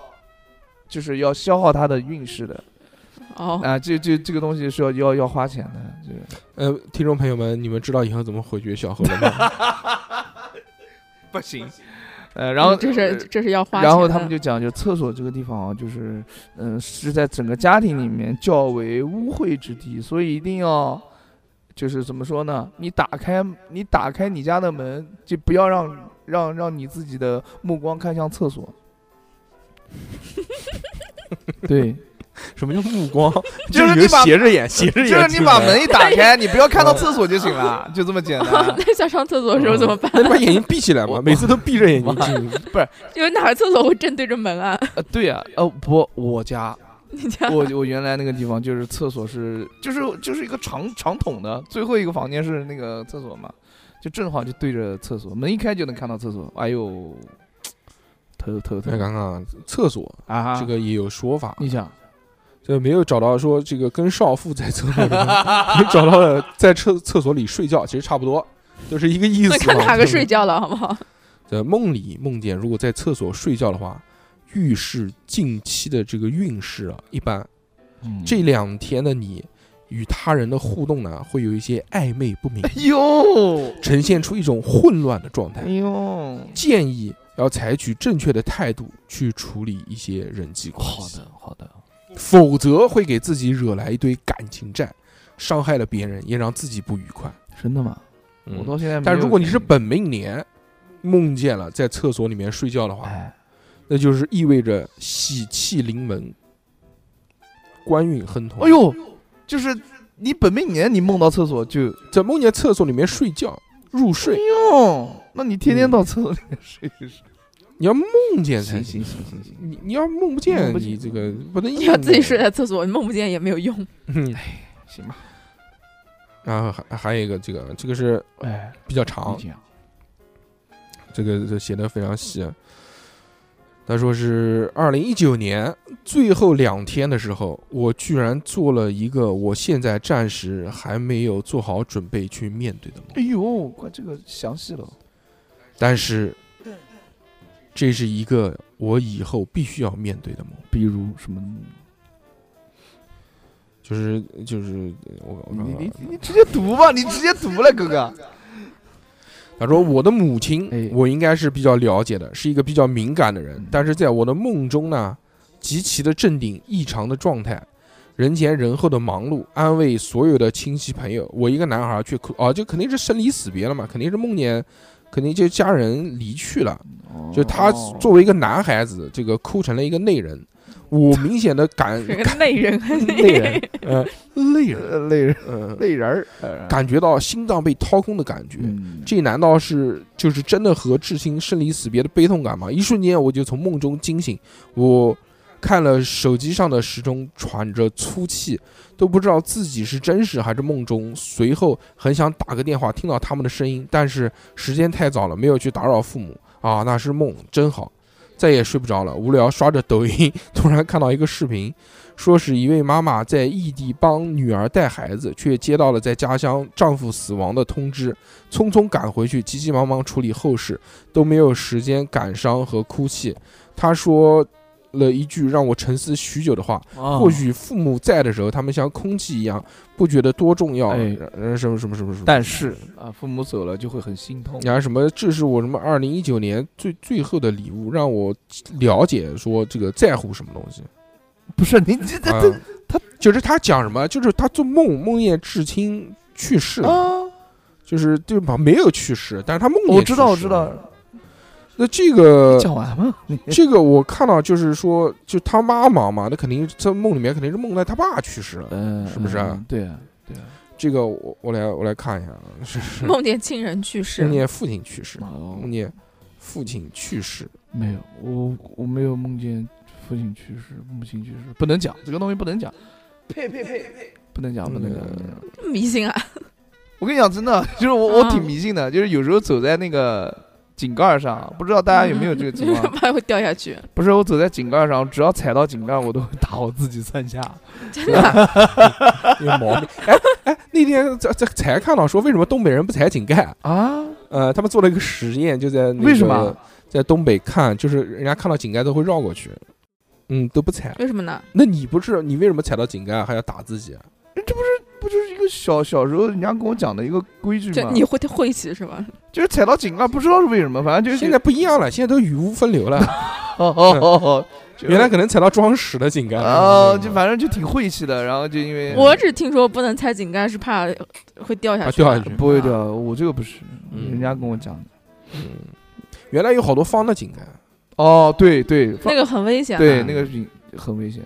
就是要消耗他的运势的
哦，
啊，这这这个东西是要要要花钱的，这个
呃，听众朋友们，你们知道以后怎么回绝小何了吗？
不行，呃，然后
这是这是要花钱的，
然后他 们就讲，就厕所这个地方啊，就是，嗯、是在整个家庭里面较为污秽之地，所以一定要，就是怎么说呢？你打开你打开你家的门，就不要让让让你自己的目光看向厕 所。 对，
什么叫目光？
就是
有
你把
斜着眼，斜着
就
眼，
是你把门一打
对
开，你不要看到厕所就行了，就这么简单。
那想上厕所的时候怎么办？
嗯哎
那你把眼睛闭起来嘛，
我
每次都闭着眼睛进。
因为哪儿厕所会正对着门啊？
呃， 对呀、啊，哦不，我家
你家
我我原来那个地方就是厕所是就是就是一个长长筒的，最后一个房间是那个厕所嘛，就正好就对着厕所，门一开就能看到厕所。哎呦，头头
再
疼
看看啊厕所，
啊哈！
这个也有说法，
你想，
这没有找到说这个跟少妇在厕所 里面，找到了在厕厕所里睡觉，其实差不多，都是一个意思嘛。
那看
啊
对
哪
不
个
对
睡觉了，好不好？
在梦里梦见，如果在厕所睡觉的话，预示近期的这个运势啊，一般这两天的你与他人的互动呢，会有一些暧昧不明，
哎呦
呈现出一种混乱的状态
哎。 呦，
建议要采取正确的态度去处理一些人际关
好
系，
的好的，
否则会给自己惹来一堆感情债，伤害了别人，也让自己不愉快。
真的吗？我
嗯
到现在没有
但如果你是
感觉
本命年梦见了在厕所里面睡觉的话，
哎，
那就是意味着喜气临门，官运亨通。
哎，呦，就是你本命年你梦到厕所就，
在梦见厕所里面睡觉入
哎
睡，
呦，那你天天到厕所里面睡
嗯
一睡，
你要梦见才
行行行行行。
你你要梦不见
梦，不
你
见
这个不能
你要自己睡
的。
在厕所，你梦不见也没有用。
嗯
行吧，
然后还还有一个，这个这个是
哎，
比较
你
长，
讲，
这个这写的非常细。他说是二零一九年最后两天的时候，我居然做了一个我现在暂时还没有做好准备去面对的梦。
哎呦，快这个详细了，
但是这是一个我以后必须要面对的梦，
比如什么？
就是就是我我
你
看看
你
啊
你直接读吧，你直接读了，哥哥。
他说我的母亲
哎，
我应该是比较了解的，是一个比较敏感的人
嗯，
但是在我的梦中呢，极其的镇定，异常的状态。人前人后的忙碌，安慰所有的亲戚朋友。我一个男孩却哭，哦，就肯定是生离死别了嘛，肯定是梦见，肯定就家人离去了。
哦
就他作为一个男孩子，这个哭成了一个内人。我明显的 感
嗯
是个内人，
累人，呃，累人，
呃累人
呃，
累人儿，呃
感觉到心脏被掏空的感觉。
嗯
这难道是就是真的和至亲生离死别的悲痛感吗？一瞬间我就从梦中惊醒，我看了手机上的时钟，喘着粗气，都不知道自己是真实还是梦中。随后很想打个电话，听到他们的声音，但是时间太早了，没有去打扰父母啊，那是梦，真好。再也睡不着了，无聊刷着抖音，突然看到一个视频，说是一位妈妈在异地帮女儿带孩子，却接到了在家乡丈夫死亡的通知，匆匆赶回去，急急忙忙处理后事，都没有时间感伤和哭泣。她说了一句让我沉思许久的话：或
嗯
或
许父母在的时候，他们像空气一样，不觉得多重要。
哎
呃，什么什么什么什么。
但是
啊，父母走了就会很心痛。
然后什么，这是我什么二零一九年最最后的礼物，让我了解说这个在乎什么东西。
不是你这这
啊
这，
就是他讲什么，就是他做梦梦见至亲去世了，
啊，
就是对吧？没有去世，但是他梦见
我知道我
去
知
世
道
了。，那这个
讲完嘛，你
这个我看到就是说，就他妈忙嘛，那肯定在梦里面肯定是梦到他爸去世了。
嗯，
是不是啊
嗯？对啊，对啊。
这个我我来我来看一下，啊，是是
梦见亲人去世
梦，见父亲去世，
啊哦
梦见父亲去世，
没有，我我没有梦见父亲去世、母亲去世，不能讲这个东西，不能讲。呸呸呸呸！不能讲，不能讲。
嗯
不能讲
迷信啊！
我跟你讲，真 的，就是我我
啊
挺迷信的，就是有时候走在那个井盖上，不知道大家有没有这个 情况？
怕会掉下去，
不是，我走在井盖上，只要踩到井盖，我都会 打我自己三下。
真的。啊
有毛病。哎哎，那天在在才看到说，为什么东北人不踩井盖？
啊？
呃，他们做了一个实验，就在那个
为什么？啊
在东北看，就是人家看到井盖都会绕过去，嗯，都不踩。
为什么呢？
那你不是你为什么踩到井盖还要打自己啊？
不就是一个小小时候人家跟我讲的一个规矩
就
吗？
你会晦气是吧？
就是踩到井盖，不知道是为什么，反正就是
现在不一样了，现在都语无伦流了。
哦哦哦哦，就是
原来可能踩到装屎的井盖嗯
哦，就反正就挺晦气的，然后就因为
我只听说不能踩井盖，是怕呃会掉下
啊
去
掉
吧。
下去。
不会掉，我这个不是，
嗯
人家跟我讲的。
嗯原来有好多方的井盖，啊
哦，对对，
那个很危险啊的。
对那个是很危险，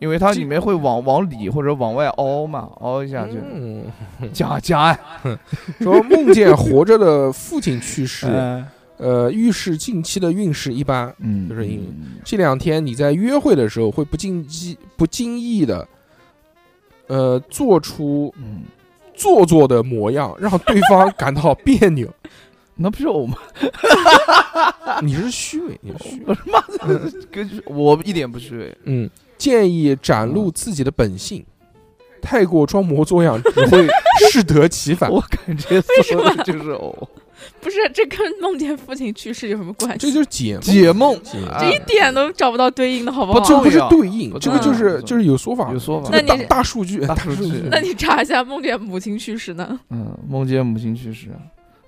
因为它
这
里面会往往里或者往外凹嘛，凹一下就
嗯，
夹夹呀。
说梦见活着的父亲去世，
嗯
呃，预示近期的运势一般。
嗯，
就是因为
嗯
这两天你在约会的时候会不经意、不经意的，呃，做出
嗯，
做作的模样，让对方感到别 扭。
那不是我吗？
你是虚伪，你是虚伪。
我他妈的，跟我一点不虚伪。
嗯，建议展露自己的本性，太过装模作样只会适得其反。
我感觉所有的就是我
不是这跟梦见父亲去世有什么关
这
系？
就是解
解梦
解
啊
这一点都找不到对应的好不好？
不
这
重
不是
要
对应，
不
这个
重
就
要
是就是有说法，
有说法
这个
那
大
你
大数据，
大
数
数据
那你查一下梦见母亲去世呢？
嗯，梦见母亲去世，啊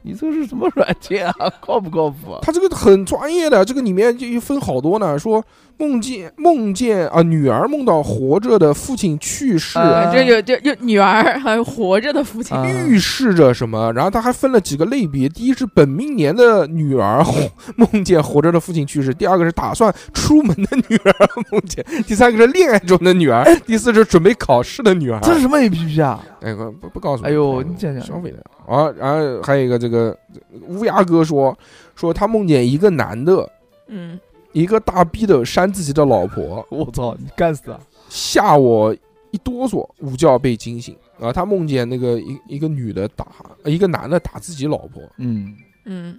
你这是什么软件啊？靠不靠谱啊？
他这个很专业的，这个里面就分好多呢。说梦见梦见啊，女儿梦到活着的父亲去世，
啊
这有这有女儿还有活着的父亲，
啊
预示着什么？然后他还分了几个类别，第一是本命年的女儿 梦见活着的父亲去世，第二个是打算出门的女儿 梦见，第三个是恋爱中的女儿，第四是准备考试的女儿。
哎这是什么 A P P 啊？
哎，我不不告诉你。
哎呦
不告诉
你讲讲
消费的啊，然后还有一个这个乌鸦哥说说他梦见一个男的，
嗯，
一个大逼斗扇自己的老婆，
我操，你干死啊！
吓我一哆嗦，午觉被惊醒。啊，他梦见那个一一个女的打一个男的打自己老婆，
嗯，
嗯，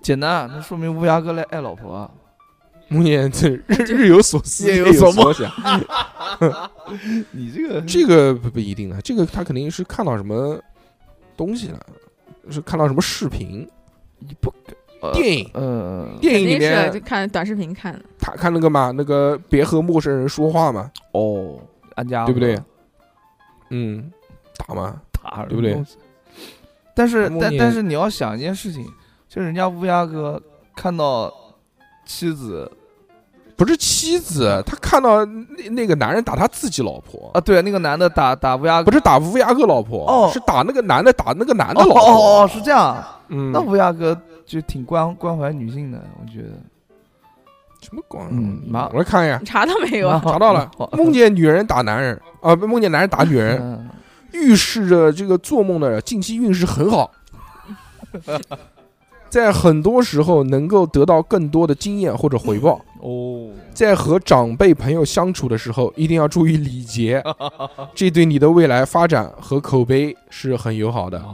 简单，啊那说明乌鸦哥来爱老婆啊。
梦见 这日日有所思
夜有
有
所
梦想，
你这个
这个不不一定啊的，这个他肯定是看到什么东西了，是看到什么视频、
你不呃
电影。
呃
电
肯
影里
定是啊
面
就看短视频看的。
他看那个嘛，那个别和陌生人说话嘛，
哦，安家
对不对？嗯，打嘛，
打
对不对？
但是
梦
但
见
但是你要想一件事情，就是人家乌鸦哥看到妻子
不是妻子，他看到那那个男人打他自己老婆
嗯啊，，对，那个男的打打乌鸦哥
不，是打乌鸦哥老婆，
哦
是打那个男的打那个男的
哦
老婆。
哦哦，是这样啊。
嗯，
那乌鸦哥就挺关关怀女性的，我觉得。
什么光？
嗯妈
我来看一下
你，查到没有
蛮
啊？
好
查到了，梦见女人打男人啊，不梦见男人打女人，
嗯
预示着这个做梦的近期运势很 好，在很多时候能够得到更多的经验或者回报。
哦，
在和长辈朋友相处的时候，一定要注意礼节，这对你的未来发展和口碑是很友好
哦
的。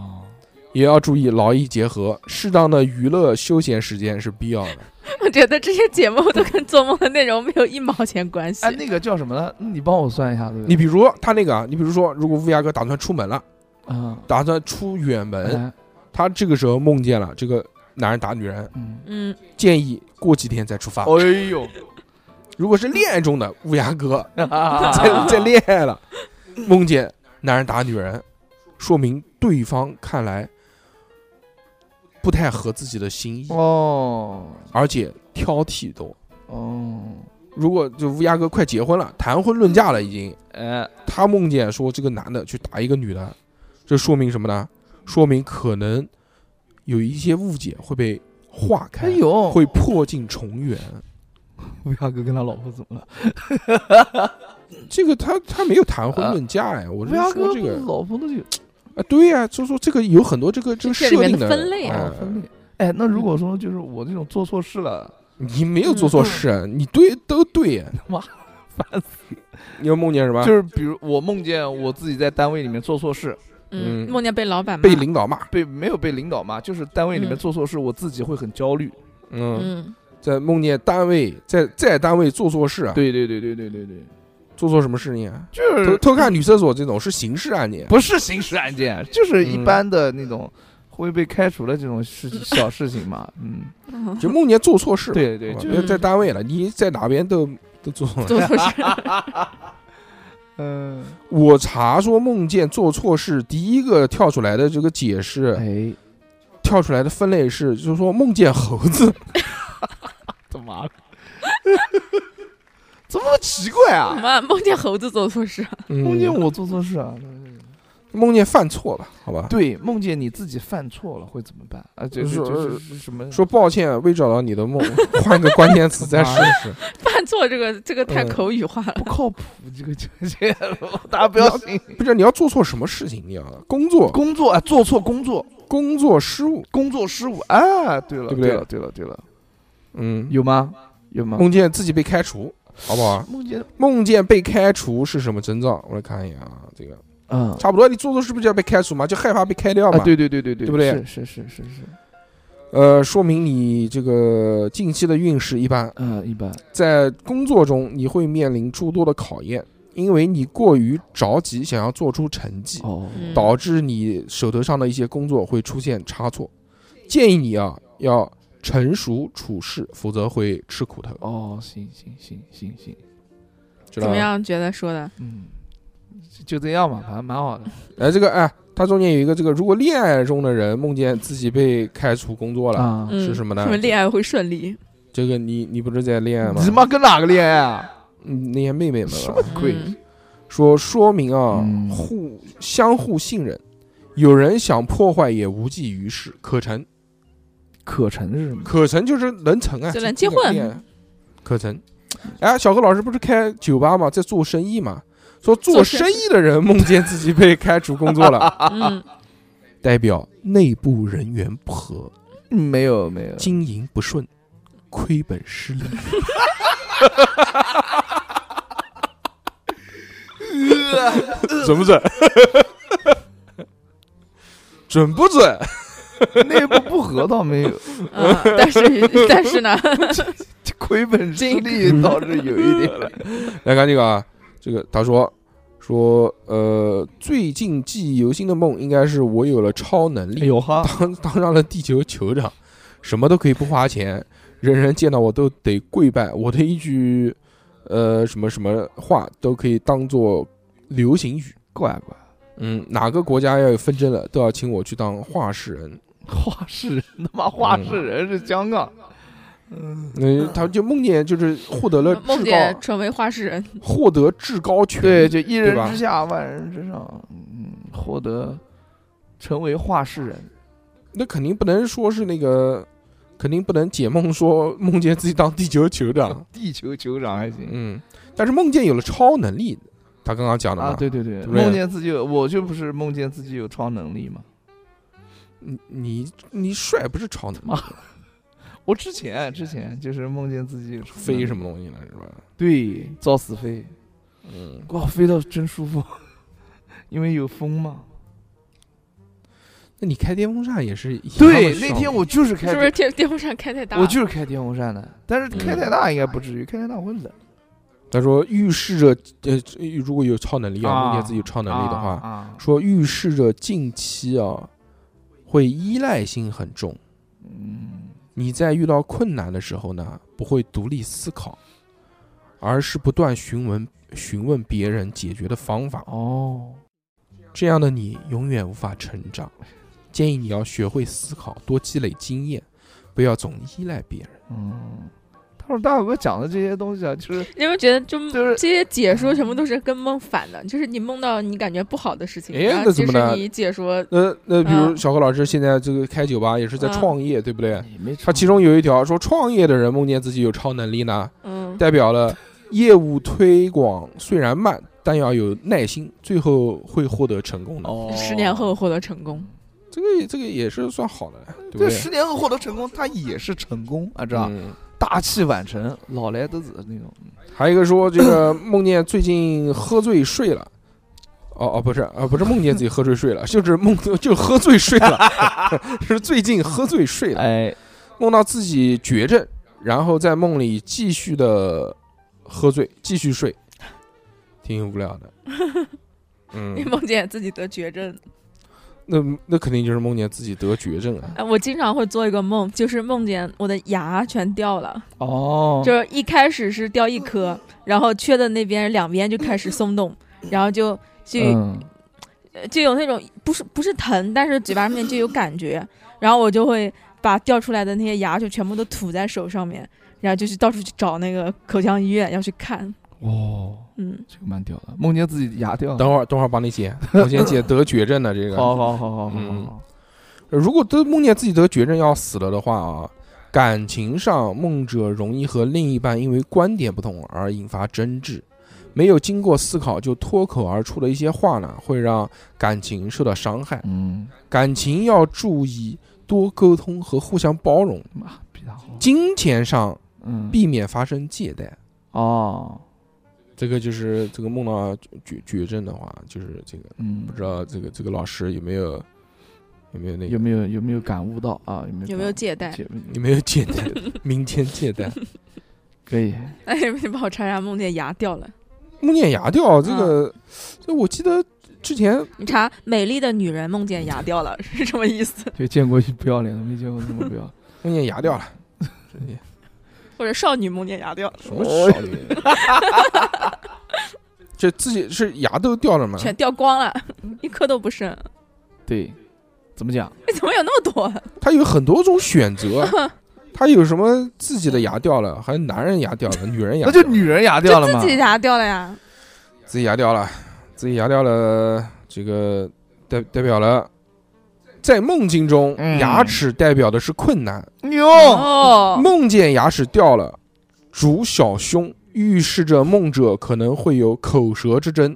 也要注意劳逸结合，适当的娱乐休闲时间是必要的。
我觉得这些节目都跟做梦的内容没有一毛钱关系
啊
哎，。那个叫什么呢？你帮我算一下，对不对？
你比如说他那个啊，你比如说，如果乌鸦哥打算出门了，
啊，
打算出远门，
哎
他这个时候梦见了这个男人打女人，
嗯，
嗯，
建议过几天再出发。
哎 呦，
如果是恋爱中的乌鸦哥在
在
在恋爱了，梦见男人打女人，说明对方看来不太合自己的心意，
哦
而且挑剔多。
哦，
如果就乌鸦哥快结婚了，谈婚论嫁了已经，
哎，
他梦见说这个男的去打一个女的，这说明什么呢？说明可能有一些误解会被化开，
哎呦，
会破镜重圆。
乌鸦哥跟他老婆怎么了？
这个他他没有谈婚论嫁呀，我
乌
是
鸦
说
哥
这
不是
个
老婆那就
啊，对呀，就说这个有很多这个这个
这
设
里面
定
的分类
哎
啊
哦分裂。哎，那如果说就是我这种做错事了，
你没有做错
嗯
事，啊你对都对。
妈，烦死！
你又梦见什么？
就是比如我梦见我自己在单位里面做错事，
嗯，
嗯
梦见被老板骂
被领导骂，
被没有被领导骂，就是单位里面
嗯
做错事，我自己会很焦虑。
嗯，
嗯，
在梦见单位在在单位做错事啊，
对对对对对对对，
做错什么事情啊？
就
偷
是
偷看女厕所这种是刑事案 件，
不是刑事案件，就是一
嗯
般的那种会被开除的这种事情小事情 嘛。嗯，
就梦见做错事了。
对对，
好吧
就
别在单位了，你在哪边都都做错了。
做 错事，
嗯，
我查说梦见做错事，第一个跳出来的这个解释，
哎，
跳出来的分类是，就是说梦见猴子，
怎么 怎么奇怪啊？
妈梦见猴子做错事，
梦
梦
见我做错事啊？
梦见犯错吧，好吧。
对，梦见你自己犯错了会怎么办啊？这
是
这这是什么？啊
说抱歉，未找到你的梦， 换个关键词再试试。
犯错这个这个太
嗯
口语化了。
不靠谱，这个这这， 大家不要信。
不是你要做错什么事情？你要工作
工作啊，做错工作，
工作失误，
工作失误啊。对了，
对不
对
对
了，对了，对了，
嗯，
有吗？有吗？
梦见自己被开除，好不好？
梦见，
梦见被开除是什么征兆？我来看一眼啊，这个
嗯
差不多，你做错事不就要被开除吗？就害怕被开掉
啊
嘛。，
对对对对对，
对不对
是是是是是，
呃，说明你这个近期的运势一般，
嗯，一般。
在工作中你会面临诸多的考验，因为你过于着急想要做出成绩，
哦，
嗯
导致你手头上的一些工作会出现差错。建议你啊，要成熟处事，否则会吃苦头，
哦，行行行行行，
知
怎
道
么
吗？
样？觉得说
啊
的
嗯，就就这样吧，反正蛮好的。
哎，这个哎，它中间有一个这个，如果恋爱中的人梦见自己被开除工作了，
啊，
嗯
是什么呢
什么恋爱会顺利？
这个你你不是在恋爱吗
你？他妈跟哪个恋爱啊？
嗯那些妹妹们
什么
了，
鬼？
嗯
说说明啊，
嗯
互相互信任，有人想破坏也无济于事，可成。
可成是什么？
可成就是能成啊，
就能
这
结
个
婚嗯
恋爱，可成。哎，小何老师不是开酒吧嘛，在做生意嘛，说做
做生
生意的人梦见自己被开除工作 了，
嗯，
代表内部人员不和，
没有没有，
经营不顺，亏本失 利。 准不准？ 准不准？
内部不和倒没有，
嗯，但是但是呢，
亏本失利倒是有一点了。
来看这个啊，这个他说说呃，最近记忆犹新的梦应该是我有了超能力，
有 哈，
当当上了地球酋长，什么都可以不花钱，人人见到我都得跪拜，我的一句呃什么什么话都可以当做流行语。
怪怪，
嗯，哪个国家要有纷争了，都要请我去当话事人。
画事人他妈画事人是香港，嗯，
嗯，他就梦见就是获得了
梦
至
见嗯
高，
成为画室人，
获得至高权力。
对，就一
对
人
吧
之下万人之上，嗯，获得成为画事人，
那肯定不能说是那个，肯定不能解梦说梦见自己当地球酋长。
啊地球酋长还行。
嗯，但是梦见有了超能力，他刚刚讲的嘛，
啊，对对对，
对不对
梦见自己有，我就不是梦见自己有超能力嘛。
你你你帅不是超能力，
我之前之前就是梦见自己有超能力
飞什么东西了是吧？
对，造死飞，
嗯，
哇，飞到真舒服，因为有风嘛。
那你开电风扇也是一样的
对，
效
那
果
天我就是开
是不是电电风扇开太大了？
我就是开电风扇的，但是开
嗯
太大应该不至于，开太大会冷。
他说预示着呃，如果有超能力啊，
啊
梦见自己有超能力的话，
啊，
说预示着近期啊会依赖性很重。
嗯，
你在遇到困难的时候呢，不会独立思考，而是不断询问询问别人解决的方法。
哦，
这样的你永远无法成长。建议你要学会思考，多积累经验，不要总依赖别人。
嗯，他说大伟哥讲的这些东西啊， 就是
你有没有觉得就
就是
这些解说全部都是跟梦反的？就是你梦到你感觉不好的事情，
哎
然后
那怎
其
么
实
呢
你解说
那那比如
嗯
小何老师现在这个开酒吧也是在
嗯
创业，对不对？
也没
他其中有一条说，创业的人梦见自己有超能力呢，
嗯
代表了业务推广虽然慢，但要有耐心，最后会获得成功的。
哦，
十年后获得成功，
这个这个也是算好的了，对不
这
对？
十年后获得成功，他也是成功啊，知道吧
嗯
大器晚成，老来得子那种。
还有一个说，这 个梦见最近喝醉睡了。哦哦，不是啊，不是梦见自己喝醉睡了， 就是梦就喝醉睡了， 是最近喝醉睡了，
哎，
梦到自己绝症，然后在梦里继续的喝醉，继续 睡，挺无聊的。
你
嗯，
梦见自己得绝症。
那那肯定就是梦见自己得绝症啊了。
哎，我经常会做一个梦，就是梦见我的牙全掉了，
哦，
就是一开始是掉一颗，然后缺的那边两边就开始松 动，然后就就
嗯，
呃就有那种不是不是疼，但是嘴巴上面就有感觉，然后我就会把掉出来的那些牙就全部都吐在手上面，然后就去到处去找那个口腔医院要去看，
哦，
嗯，
这个蛮屌的，梦见自己牙掉了。
等会儿等会儿帮你解，我先解得绝症的这个。
好好好好好好
嗯
好，
如果都梦见自己得绝症要死了的话啊，感情上梦者容易和另一半因为观点不同而引发争执，没有经过思考就脱口而出的一些话呢，会让感情受到伤害。
嗯，
感情要注意多沟通和互相包容，
妈比他好。
金钱上
嗯，
避免发生借贷。
哦，
这个就是这个梦到绝绝症的话，就是这个
嗯，
不知道这个这个老师有没有有没有那个
有没有有没有感悟到啊？有没有
有没有
感
借贷？
解
有没有借 贷 民间借贷。
可以，
哎，你帮我查查梦见牙掉了。
木念牙掉这
嗯
个，这我记得之前
你查美丽的女人梦见牙掉了是什么意思？
就见过不要脸的，没见过这么不 要。
木念牙掉了，
或者少女梦见牙掉了，
什么
哦
少 女？这自己是牙都掉
嗯
了吗？
全掉光了， 一颗都不剩。哎
对，怎么讲？
哎，怎么有那么多？
他有很多种选择，他有什么自己的牙掉了，还有男人牙掉了，女人牙
那
掉
就
了
女人牙掉了
就
嘛
自？己牙掉了呀。
自己牙掉了，自己牙掉了，这个代代表了。在梦境中，
嗯
牙齿代表的是困难，
牛，
哦，
梦见牙齿掉了，主小凶，预示着梦者可能会有口舌之 争。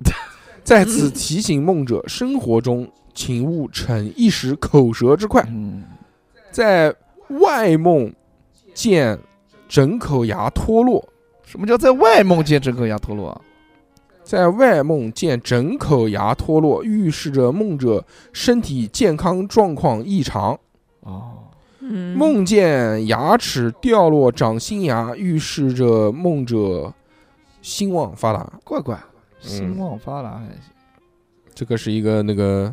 在此提醒梦者，生活中请勿逞一时口舌之快，
嗯，
在外梦见整口牙脱落，
什么叫在外梦见整个牙脱落啊？
在外梦见整口牙脱落，预示着梦者身体健康状况异常。
哦，
嗯，
梦见牙齿掉落长新牙，预示着梦者兴旺发达。
怪怪，兴旺发达还行。
这个是一个那个，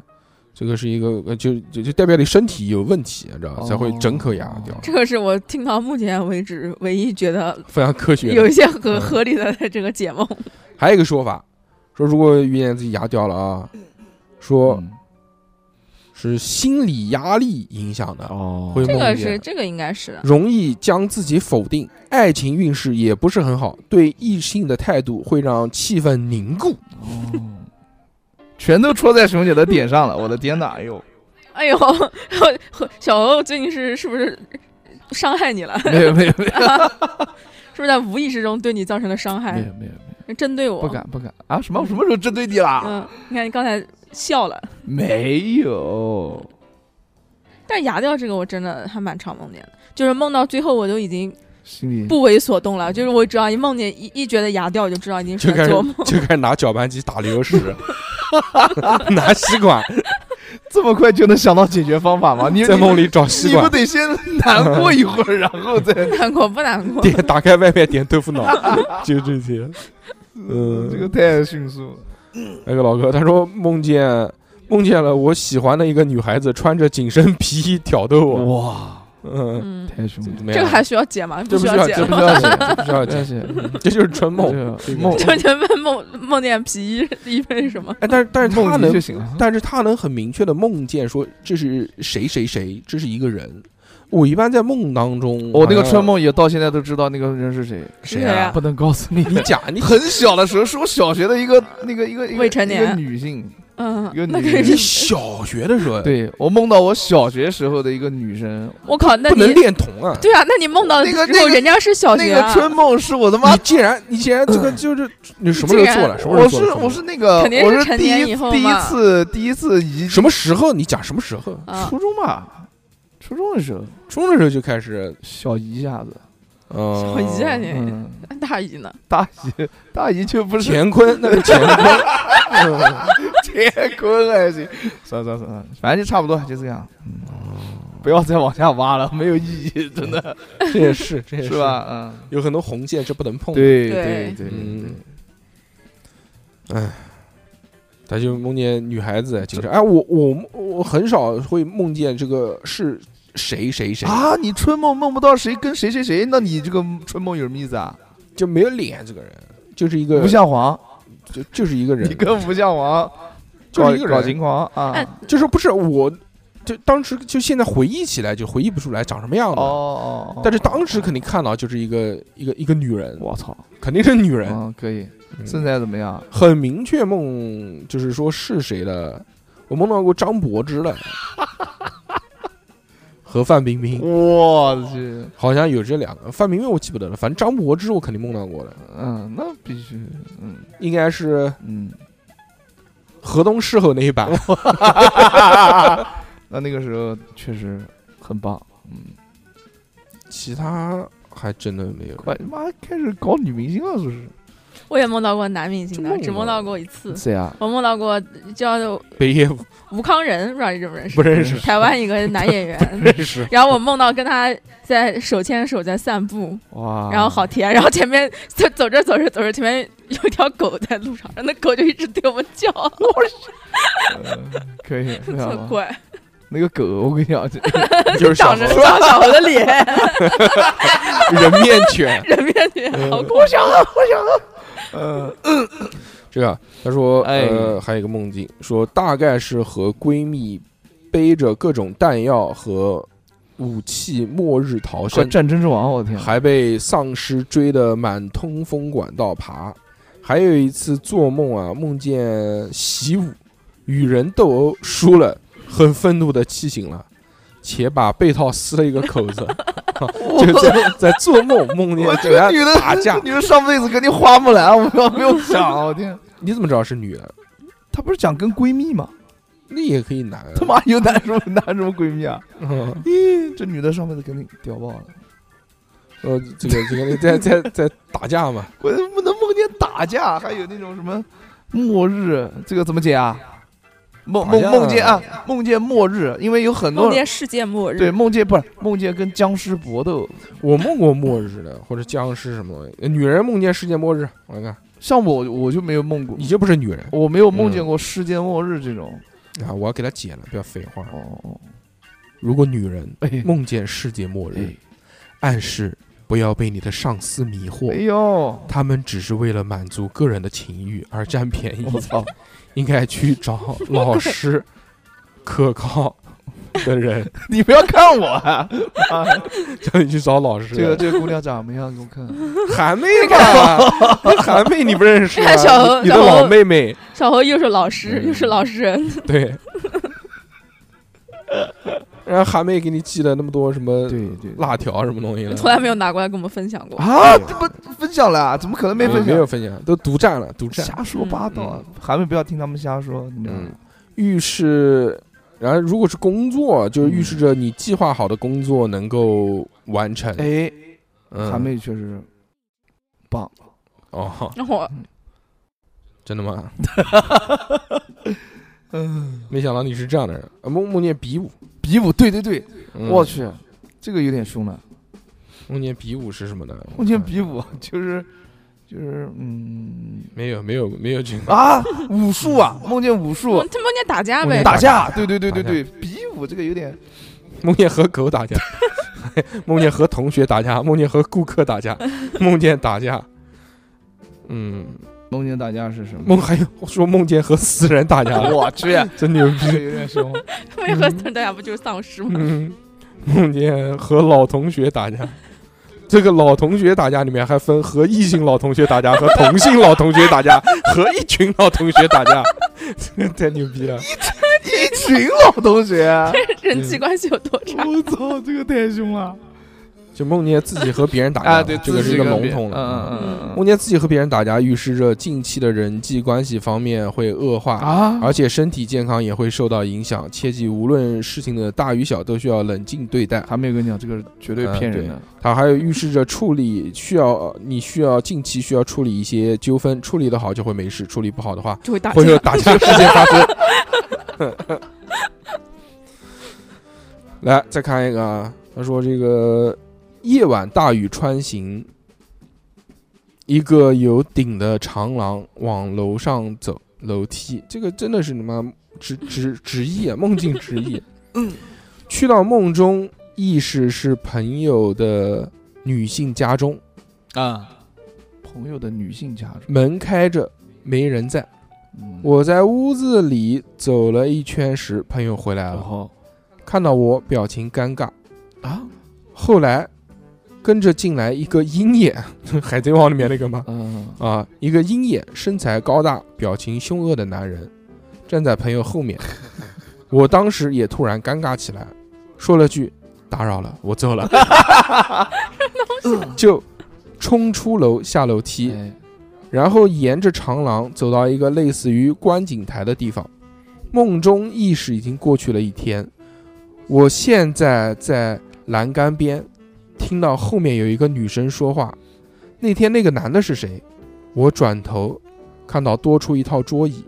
这个是一个，呃就就就代表你身体有问题，你知道吧？
哦
才会整口牙掉，
这个是我听到目前为止唯一觉得
非常科学
有
的。
一些合
嗯
合理的这个解梦。
还有一个说法，说如果遇见自己牙掉了啊，说
嗯
是心理压力影响的，
哦
会
这
梦
个是
见
这个应该是
容易将自己否定，爱情运势也不是很好，对异性的态度会让气氛凝 固。
哦，全都戳在熊姐的点 上了，我的天哪！哎呦，
哎呦， 小欧最近是是不是伤害你了？
没有没有没有
是不是在无意识中对你造成了伤
没
害？
有没有，
针对我？
不敢不敢啊！什么什么时候针对你啦？
嗯，你看你刚才笑了，
没有，
但牙掉这个我真的还蛮常梦见的，就是梦到最后我都已经
心里
不为所动了，就是我只要一梦见一一觉得牙掉，我就知道已经是
嗯就开
在
始
做梦。
就开始拿搅拌机打流屎，拿吸管
这么快就能想到解决方法吗？你
在梦里找吸
你不
管，
得先难过一会儿，然后再
难过不难 过？
点打开外卖点豆腐脑，就这些。嗯
这个太迅速了。
那个老哥他说梦见梦见了我喜欢的一个女孩子穿着紧身皮衣挑逗我，
哇，
嗯，
嗯，
太凶了！
怎么
这
样
个？还需要解吗？
这不
需
需要，
解
这
了。
不需要解，这不需要解，
但是
这就是纯梦。
这
个
梦
就你们梦梦见皮衣衣为什么？
哎，但是但是他
梦
能
里就行了。
但是他能很明确的梦见说这是谁谁谁，这是一个人。我一般在梦当中，
哦我那个
好像
春梦也到现在都知道那个人是谁，
谁
是谁
啊
啊？
不能告诉你。
你假你
很小的时候是我小学的一个那个一个一个
未成年
一个女性，
嗯
一个，女
那
人
个
你
是
小学的时候，，
对我梦到我小学时候的一个女生，
我靠，那
不能
你
恋童啊！
对啊，那你梦到
那个
之后，
那个
人家是小
那
学
个
啊，
春梦是我他妈
你既然你既然这个就是你什么时候做了？什么时
嗯我
候
是
做的？
我是那个，
肯定是
我是
成
第
年
一
以后
第一
嘛
次第一次一
什么时候？你讲什么时候？
啊
初中吧，初中的时候
初中的时候就开始，
小姨一下子，
嗯，
小姨啊你，
嗯，
大姨呢？
大姨大姨就不是
乾坤那个乾坤，嗯
结婚还行，算了算了算了，反正就差不多就这样，嗯不要再往下挖了，没有意义，真的
这也 是这也
是吧？嗯，
有很多红线是不能碰的。
对
对
对
嗯，哎，他就梦见女孩子经常哎，我我我很少会梦见这个是谁谁谁，
啊，你春梦梦不到谁跟谁谁谁，那你这个春梦有什么意思啊？
就没有脸这个人，就是一个
不像黄，
就就是一个人
你，跟不像黄
就
搞
是一个
搞
人，
情狂啊
哎！
就是不是我，就当时就现在回忆起来就回忆不出来长什么样
哦
子，
哦，哦
但是当时肯定看到就是一个一个一个女人，
我操，
肯定是女人，
嗯，可以，
嗯
身材怎么样？
很明确梦就是说是谁的，我梦到过张柏芝 了和范冰冰。
我去，
好像有这两个，范冰冰我记不得了，反正张柏芝我肯定梦到过的，
嗯，那必须，嗯
应该是
嗯，
河东狮吼那一版。
那那个时候确实很棒，嗯，
其他还真的没有。
快他妈开始搞女明星了，是不是？
我也梦到过男明星
真
的，
梦
只
到
梦到过一次。
谁啊？
我梦到过叫
北 野武
吴康仁，不知道你认不认识
不？认识，
台湾一个男演员，
认
啊
识。
然后我梦到跟他在手牵手在散步，
哇，
然后好甜，然后前面 走走着走着走着，前面有条狗在路上，然后那狗就一直对我们叫，
呃，可 以，非
特
常棒。
乖，
那个狗，我跟你讲， 这
就是小
长
猴
着像小猴的脸，
人面犬。
人面犬，好
我想了，我想了，呃，
这个他说，呃，
哎
还有一个梦境，说大概是和闺蜜背着各种弹药和武器末日逃
快
生，
战争之王，我的天，
还被丧尸追得满通风管道爬。还有一次做梦啊，梦见习武与人斗殴输了，很愤怒的气醒了，且把被套撕了一个口 子。就在在做梦梦见
我
这
这
个哎
个女的，
打架
女的上辈子跟你花木兰，我 靠，不用想，我天，
你怎么知道是女的？
她不是讲跟闺蜜吗？
那也可以男啊。
他妈有男什么男什么闺蜜啊？
嗯
咦，这女的上辈子肯定屌爆了，
呃，这个这个在在在打架嘛，
我不能梦见打架，还有那种什么末日，这个怎么解啊？梦
打
梦
架
梦见啊，梦见末日，因为有很多
梦见世界末日，
对梦见不是梦见跟僵尸搏斗，
我梦过末日的或者僵尸什么东西，呃女人梦见世界末日，我来看，
像我我就没有梦过
你，就不是女人
我没有梦见过世界末日这种。
啊！我要给她解了，不要废话。
哦，
如果女人
哎
梦见世界末日
哎，
暗示不要被你的上司迷
哎
惑，
呦，
他们只是为了满足个人的情欲而占便宜，
我操，
应该去找 老师、可靠的人，
你不要看我啊！啊
叫你去找老师。
这个这个姑娘长什么样？给我看。
韩妹吧， 韩妹你不认识、啊，
看小猴
你你的
小猴
老妹妹，
小猴又是老师又是老实人，
对。然后韩妹给你寄了那么多什么
对对
辣条什么东西的，
从来没有拿过来跟我们分享过。
啊，这不分享了啊？怎么可能没分
没
享？
有嗯分享，都独占了，独占。
瞎说八道啊，韩妹不要听他们瞎说，你知道
嗯
吗？，
预示，然后如果是工作，就是预示着你计划好的工作能够完成。
嗯哎，
嗯，
韩妹确实棒，
哦，
然后
真的吗？
嗯，
没想到你是这样的人。啊梦梦见比武，
比武，对对对，
嗯
我，去，这个有点凶了。
梦见比武是什么呢？
梦见比武 就是就是嗯
没有没有没有这个
啊，武术啊，梦见武术
我他梦见打架
梦见
呗，
打架，对对对对
打架
对，比武这个有点
梦见和狗打架， 梦见和同学打架，梦见和顾客打架，梦见打架。嗯，
梦见打架是什么？
梦还有说梦见和死人打架，
我去，
真牛
这个
逼。
有点凶。
为何大家不就是丧尸吗？
嗯，梦见和老同学打架。这个老同学打架里面还分和异性老同学打架、和同性老同学打架、和一群老同学打架， 这个太牛逼了！
一群老同学，
人际关系有多 差？
我操，这个太凶了
就梦见自己和别人打架，
啊！对，
这个
自
是
己
一个
跟
笼
别
统的。
嗯嗯嗯嗯
梦见自己和别人打架，预示着近期的人际关系方面会恶化，
啊
而且身体健康也会受到影响。切记，无论事情的大与小，都需要冷静对待。
还没有跟你讲，这个绝对
嗯
骗人
对
的。
它还有预示着处理需要，呃你需要近期需要处理一些纠纷，处理的好就会没事，处理不好的话
就会打架
会。有打架事件发生。 来，再看一个啊，他说这个夜晚大雨穿行，一个有顶的长廊往楼上走，楼梯，这个真的是你妈 直直直译啊，梦境直译。
嗯，
去到梦中，意识是朋友的女性家中，
啊，朋友的女性家属，
门开着，没人在。
嗯
我在屋子里走了一圈时，朋友回来
然
了，
后
看到我表情尴尬。
哦啊，
后来跟着进来一个鹰眼， 《海贼王》里面那个吗？
嗯，
啊，一个鹰眼，身材高大，表情凶恶的男人，站在朋友后 面。我当时也突然尴尬起来，说了句“打扰了，我走 了”，就冲出楼下楼梯，
哎
然后沿着长廊走到一个类似于观景台的地方。梦中意识已经过去了一天，我现在在栏杆边，听到后面有一个女生说话。那天那个男的是谁？我转头看到多出一套桌椅。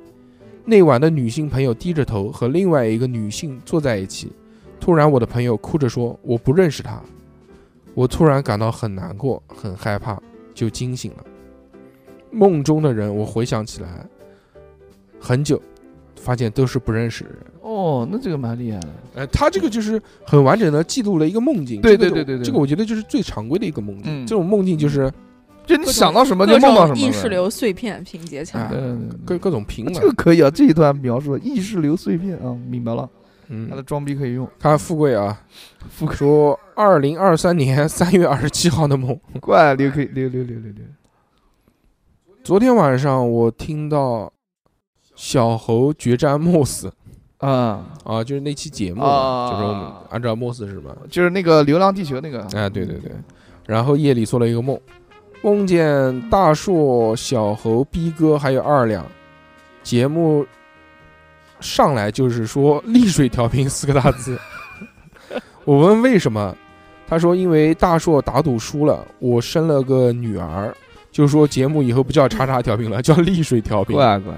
那晚的女性朋友低着头和另外一个女性坐在一起。突然，我的朋友哭着说：“我不认识她。”我突然感到很难过，很害怕，就惊醒了。梦中的人，我回想起来，很久，发现都是不认识的人。
哦，那这个蛮厉害的。
呃，他这个就是很完整的记录了一个梦境。
对
这个
对对
就
对对
这个我觉得就是最常规的一个梦境。
嗯
这种梦境就是
就你想到什么就
各
梦到什
种
么，
意识。流碎片拼接起
啊
来，
嗯，
各各种平
这个
稳。
可以啊，这一段描述意识流碎片啊，明白了，他的
嗯，
装逼可以用。
看富贵啊，
富贵
说二零二三年三月二十七号的梦，
怪刘可以刘刘刘刘刘，
昨天晚上我听到小猴决战 MOS
啊，
啊，就是那期节目，
啊
就是我们按照 MOS 是什么？
就是那个《流浪地球》那个。
哎，对对对。然后夜里做了一个梦，梦见大硕、小猴、逼哥还有二两。节目上来就是说“丽水调频”四个大字。我问为什么，他说因为大硕打赌输了，我生了个女儿，就说节目以后不叫“叉叉调频”了，叫“丽水调频”。
怪怪，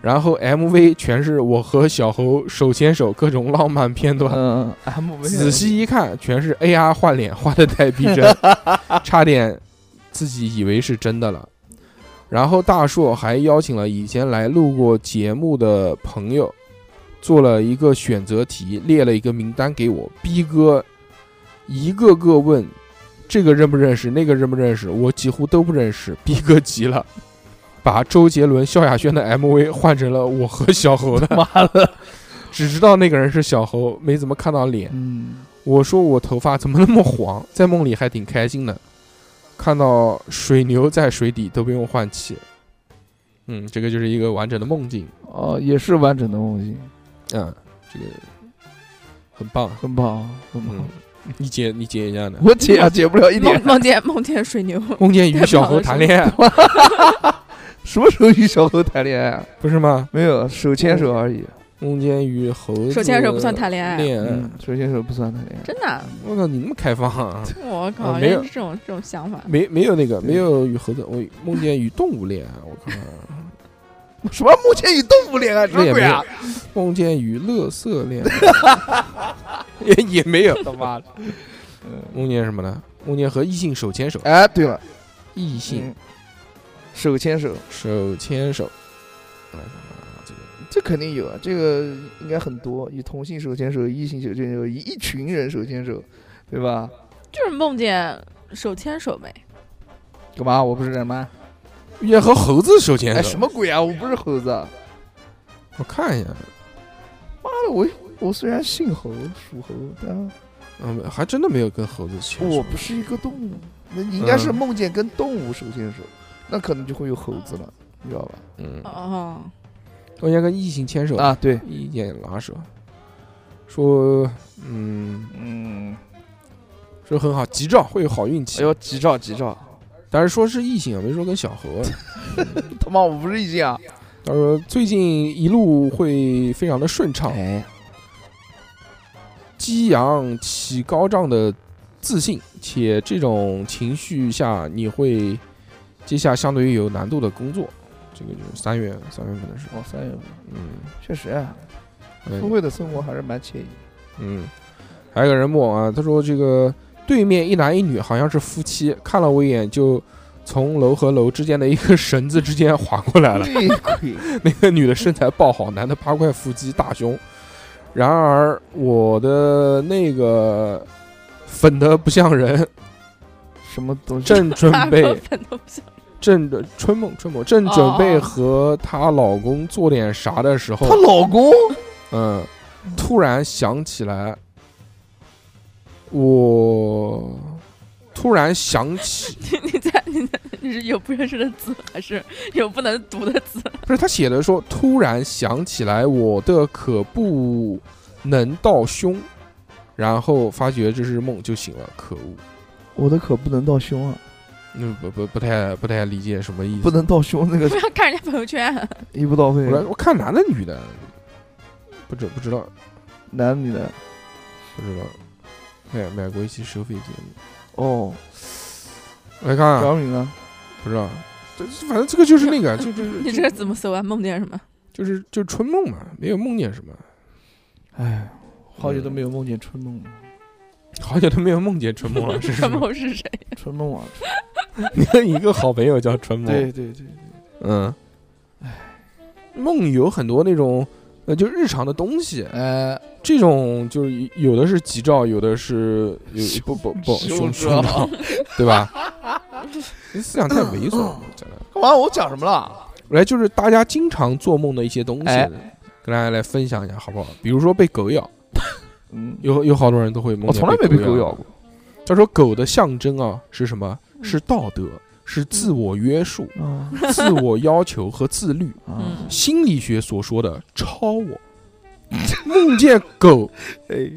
然后 MV 全是我和小猴手牵手各种浪漫片段。
嗯，M
仔细一看，全是 AR 换脸画的太逼真，差点自己以为是真的了。然后大硕还邀请了以前来录过节目的朋友，做了一个选择题，列了一个名单给我。逼哥一个个问，这个认不认识，那个认不认识，我几乎都不认识。逼哥急了，把周杰伦、萧亚轩的 MV 换成了我和小猴的，
妈的，
只知道那个人是小猴，没怎么看到脸。
嗯，
我说我头发怎么那么黄？在梦里还挺开心的，看到水牛在水底都不用换气。嗯，这个就是一个完整的梦境。
哦，也是完整的梦境，
嗯，这个很棒。
很棒，很
嗯
棒。，
你解你解一下呢？
我解啊，解不了一点
梦。梦见梦见水牛，
梦见与小猴谈 恋爱，
什么时候与小猴谈恋爱啊？
不是吗？
没有，手牵手而已。
梦见与猴子
手牵手不算谈恋爱，
恋爱
嗯，。手牵手不算谈恋爱。
真的啊，
我靠，你那么开放 啊？
我靠，
没有
人是这种这种想法，
没没有那个
对
没有与猴子，我梦见与动物恋爱。我靠，
什么目前与豆腐恋爱什
那
么
也
鬼
没
啊
有？，梦见与乐色恋爱， 也也没有，
他妈的！
梦见什么呢？梦见和异性手牵手，
哎，对了，
异性
嗯手牵手，
手牵手，来看看啊这个
这肯定有啊，这个应该很多，以同性手牵手、异性手牵手、以一群人手牵手，对吧？
就是梦见手牵手呗。
干嘛？我不是人吗？
遇见和猴子手
哎，
牵
什
手，
么鬼啊！我不是猴子啊，
我看一下，
妈的，我我虽然姓猴，属猴，但
嗯，还真的没有跟猴子牵
我
手，
不是一个动物。那你应该是
嗯
梦见跟动物手牵手，那可能就会有猴子了，你知道吧？
嗯，
哦，
梦见跟异性牵手，
啊，对，
意见拉手，说，嗯，
嗯，
说很好，吉兆会有好运气
哎，呦，急兆急兆，
但是说是异性啊，没说跟小猴啊。
他妈我不是异性啊！
他说最近一路会非常的顺畅，
哎，
激扬起高涨的自信，且这种情绪下你会接下相对于有难度的工作。这个就是三月，三月份的事，
哦，三月份，
嗯，
确实啊，
哎
都会的生活还是蛮惬意。
嗯，还有个人问我啊，他说这个对面一男一女好像是夫妻，看了我一眼就从楼和楼之间的一个绳子之间划过 来了。
内鬼，
那个女的身材爆好，男的八块腹肌大胸。然而我的那个粉的不像人，
什么东西？
正准
八个
备
粉都不像。
正准春梦春梦正准备
哦哦
和她老公做点啥的时候，
她老公
嗯，突然想起来，我突然想起，
你在你在你是有不认识的字，还是有不能读的字？
不是他写的说，突然想起来我的可不能到胸，然后发觉这是梦就醒了，可恶。
我的可不能到胸 啊，
嗯，不不不太不太理解什么意思。
不能到胸那个
不要看人家朋友圈，啊
一步到位啊
我，来我看男的女的，不知不知道
男的女的
不知道，买买过一期收费节目，
哦，
我来看啊，
小米呢？
不知道，这反正这个就是 那个，就就
你这个怎么搜啊？梦见什么？
就是就是春梦嘛，没有梦见什么，
哎，好久都没有梦见春梦了，
好久都没有梦见春梦 了，是什
春
么？
梦是谁？
春梦啊，
你的一个好朋友叫春梦，
对对对，
嗯，梦有很多那种，呃，就日常的东西，
哎，
这种就是有的是吉兆，有的是 有
凶
不不不凶
凶
凶
兆
兆，对吧？ 你思想太猥琐了， 真的。
干嘛？我讲什么了？
来，就是大家经常做梦的一些东西，
哎
跟大家来分享一下，好不好？比如说被狗咬，
嗯，
有有好多人都会梦。
我从来没被狗咬
咬。
过，
他说狗的象征啊是什么？
嗯
是道德，是自我约束、
啊
自我要求和自律。
啊，
嗯，
心理学所说的超我。梦见狗
哎，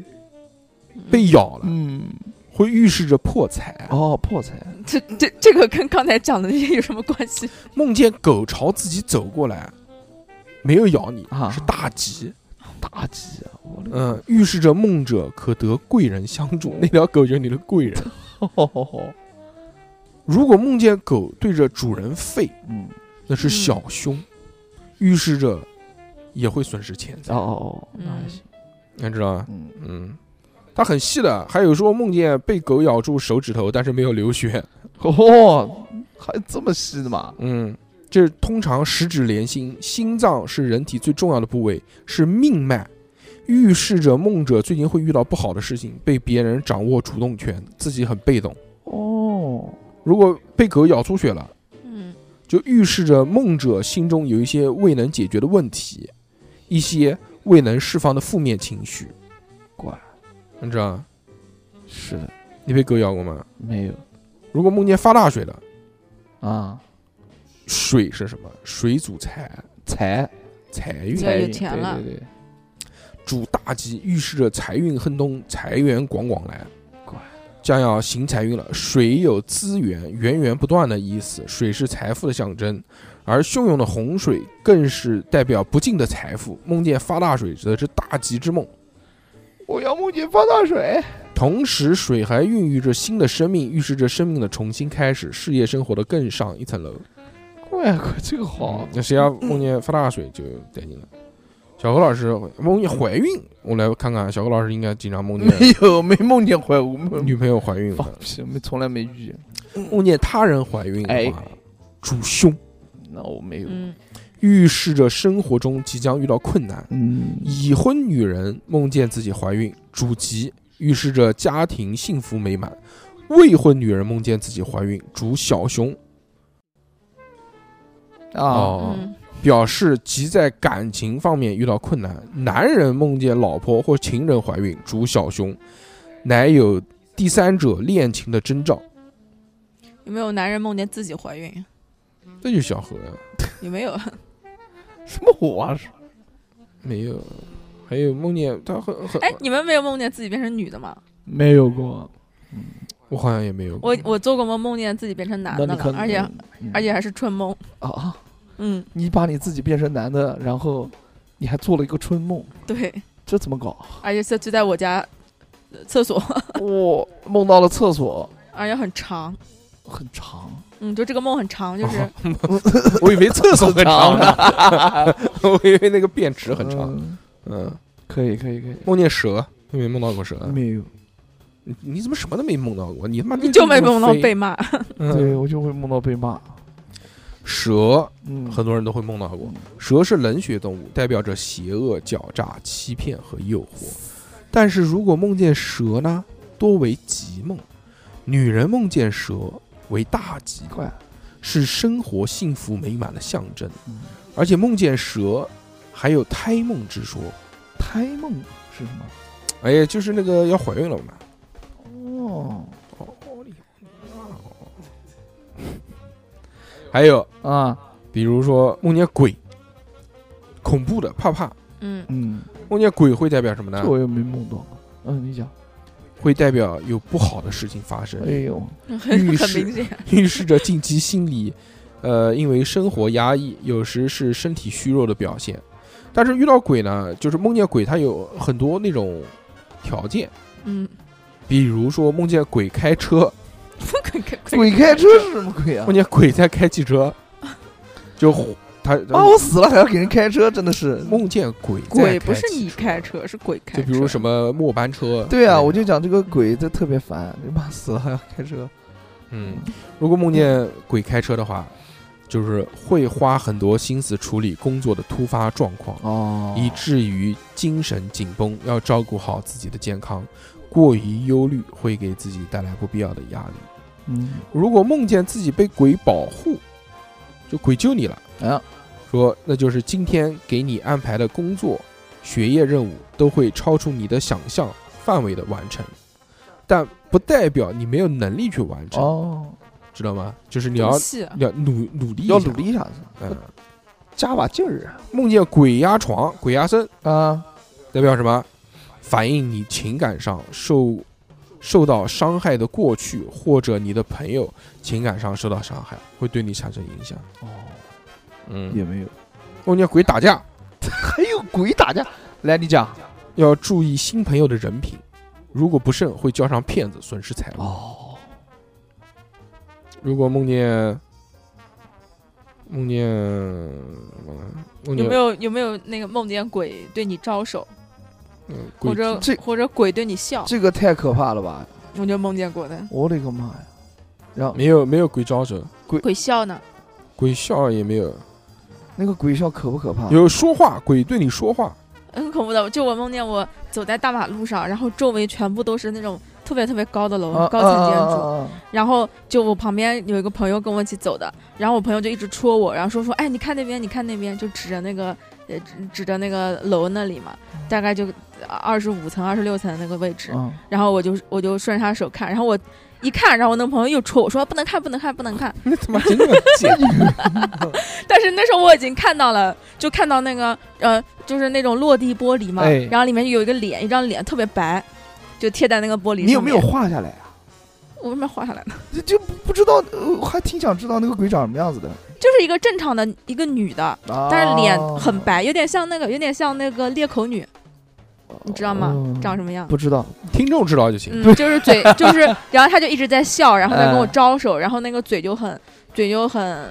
被咬了，
嗯，
会预示着破财。
哦，破财，
这这这个跟刚才讲的那些有什么关系？
梦见狗朝自己走过来，没有咬你，
啊
是大吉。
大吉啊，我的，
嗯，预示着梦者可得贵人相助。那条狗就是你的贵人。
哦，
如果梦见狗对着主人吠，
嗯，
那是小凶，预示着也会损失钱财
哦。哦哦，那还行，
你知道吗？
嗯，
嗯，它很细的。还有说梦见被狗咬住手指头，但是没有流血。
哦，还这么细的嘛？
嗯，这通常十指连心，心脏是人体最重要的部位，是命脉，预示着梦者最近会遇到不好的事情，被别人掌握主动权，自己很被动。
哦，
如果被狗咬出血了，
嗯，
就预示着梦者心中有一些未能解决的问题，一些未能释放的负面情绪。
乖，
你知道吗
是的，
你被狗咬过吗？
没有
如果梦见发大水了，
啊，
水是什么？水主财，
财，
财运。
要
财
有
运
钱
对
了
对对，
主大吉，预示着财运亨通，财源广广来
乖。
将要行财运了，水有资源源源不断的意思，水是财富的象征，而汹涌的洪水更是代表不尽的财富。梦见发大水则是大吉之梦，
我要梦见发大水，
同时水还孕育着新的生命，预示着生命的重新开始，事业生活的更上一层楼。
乖，哎，这个好
嗯，那谁要梦见发大水就带劲了。小何老师梦见怀孕，我来看看小何老师应该经常梦见
没有没梦见怀我 没
女朋友怀孕
嗯放
了，
屁，没从来没遇见。
梦见他人怀孕的
哎
话，主凶，
那我没有，
嗯，
预示着生活中即将遇到困难。
嗯，
已婚女人梦见自己怀孕，主吉，预示着家庭幸福美满；未婚女人梦见自己怀孕，主小凶，
啊，
哦
嗯
表示即在感情方面遇到困难。男人梦见老婆或情人怀孕，主小凶，乃有第三者恋情的征兆。
有没有男人梦见自己怀孕？
这就是小何呀，
也没有，
什么我啊
没有，还有梦见他很很，
哎，你们没有梦见自己变成女的吗？
没有过，
我好像也没有过。
我我做过梦，梦见自己变成男的
那你可
了，
能
而且
嗯
而且还是春梦。
啊，
嗯，
你把你自己变成男的，然后你还做了一个春梦，
对，
这怎么搞？
而且是就在我家呃厕所，
我梦到了厕所
而且很长。
很长，
嗯，就这个梦很长，就是、
我以为厕所很长呢，
的
我以为那个便池很长。
嗯
嗯，
可以可以可以，
梦见蛇，你没梦到过蛇？
没有，
你你怎么什么都没梦到过？你他妈
你就没
这么
梦到
飞
被骂。
嗯
对我就会梦到被骂，
蛇，
嗯，
很多人都会梦到过
嗯。
蛇是冷血动物，代表着邪恶、狡诈、欺骗和诱惑。但是如果梦见蛇呢，多为吉梦。女人梦见蛇为大吉，
怪，
是生活幸福美满的象征。
嗯
而且梦见蛇还有胎梦之说，
胎梦是什么？
哎呀，就是那个要怀孕了嘛。
哦
还有
啊，
比如说梦见鬼，恐怖的怕怕。
嗯
嗯，
梦见鬼会代表什么呢
这？我也没梦到过，嗯，你讲，
会代表有不好的事情发
哎
生，
呦，
很
预
很
示
明显。
预示着近期心理，呃，因为生活压抑，有时是身体虚弱的表现。但是遇到鬼呢，就是梦见鬼，它有很多那种条件，
嗯，
比如说梦见鬼开车，
鬼开
鬼开车是什么鬼啊
梦？见鬼在开汽车，就他
把我死了还要给人开车，真的是。
梦见鬼在
哦鬼不
开
是
汽
你
车
开，车，是鬼开
就
车。
比如什么末班车。 哎
对啊，我就讲这个鬼，这特别烦，你妈 死了还要开车，
嗯，如果梦见鬼开车的话，就是会花很多心思处理工作的突发状况，
哦
以至于精神紧绷，要照顾好自己的健康。过于忧虑会给自己带来不必要的压力。
嗯
如果梦见自己被鬼保护，就鬼救你了，
啊，
说那就是今天给你安排的工作、学业任务都会超出你的想象范围的完成，但不代表你没有能力去完成，
哦，
知道吗？就是你
赌
要
气
要努努力，
要努。力一下子，
嗯，
加把劲儿
梦见鬼压床、鬼压身，
啊，
代表什么？反映你情感上受受到伤害的过去，或者你的朋友情感上受到伤害，会对你产生影响。
哦，
嗯，
也没有，
梦见鬼打架，
还有鬼打架，来你讲，
要注意新朋友的人品，如果不慎会交上骗子，损失财物。
哦，
如果梦见梦见梦
有
见
没有有没有那个梦见鬼对你招手，
嗯鬼
或者
这
或者鬼对你笑？
这个太可怕了吧，
我就梦见过的
我勒个妈呀，然后
没有没有鬼招手，
鬼笑呢。
鬼笑也没有，
哦
那个鬼笑可不可怕？
有说话鬼对你说话，
很嗯恐怖的，就我梦见我走在大马路上，然后周围全部都是那种特别特别高的楼、
啊
高层建筑，
啊啊啊啊
然后就我旁边有一个朋友跟我一起走的，然后我朋友就一直戳我，然后说说，哎，你看那边，你看那边，就指着那个呃指指着那个楼那里嘛，
嗯
大概就二十五层、二十六层那个位置，
啊
然后我就我就顺着他手看，然后我一看，然后我那个朋友又戳我说不能看，不能看，不能 看，
那他妈真 的贱。
但是那时候我已经看到了，就看到那个呃，就是那种落地玻璃嘛，
哎
然后里面有一个脸，一张脸特别白，就贴在那个玻璃上。
你有没有？画下来啊？
我为什么要画下来呢？
这就不不知道，呃我还挺想知道那个鬼长什么样子的，啊
就是一个正常的一个女的，但是脸很白，有点像那个，有点像那个裂口女，
哦，
你知道吗？
嗯
长什么样？
不知道，
听众知道就行。
嗯，就是嘴，
嗯
就是，然后她就一直在笑，然后在跟我招手，然后那个嘴就很，嘴就很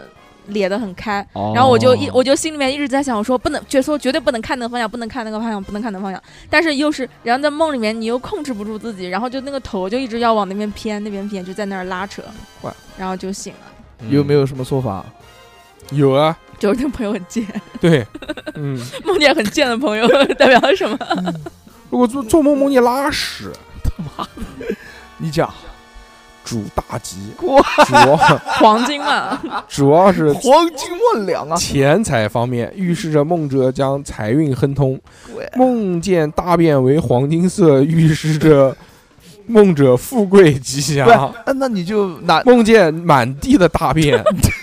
咧得很开，
哦
然后我就一我就心里面一直在想，我说不能，就说绝对不能看那个方向，不能看那个方向，不能看那个方向。但是又是，然后在梦里面你又控制不住自己，然后就那个头就一直要往那边偏，那边偏，就在那儿拉扯
哇，
然后就醒了。
嗯
有没有什么说法？
有啊，
就是那朋友很贱，
对，嗯，
梦见很贱的朋友 代表了什 么？
如果做做梦梦见拉屎，
你讲，
主大吉，
哇
主要
黄金嘛，
主要是
黄金万两 啊！
钱财方面，预示着梦者将财运亨通。
对
梦见大便为黄金色，预示着梦者富贵吉
不是
祥。，
那你就拿
梦见满地的大便，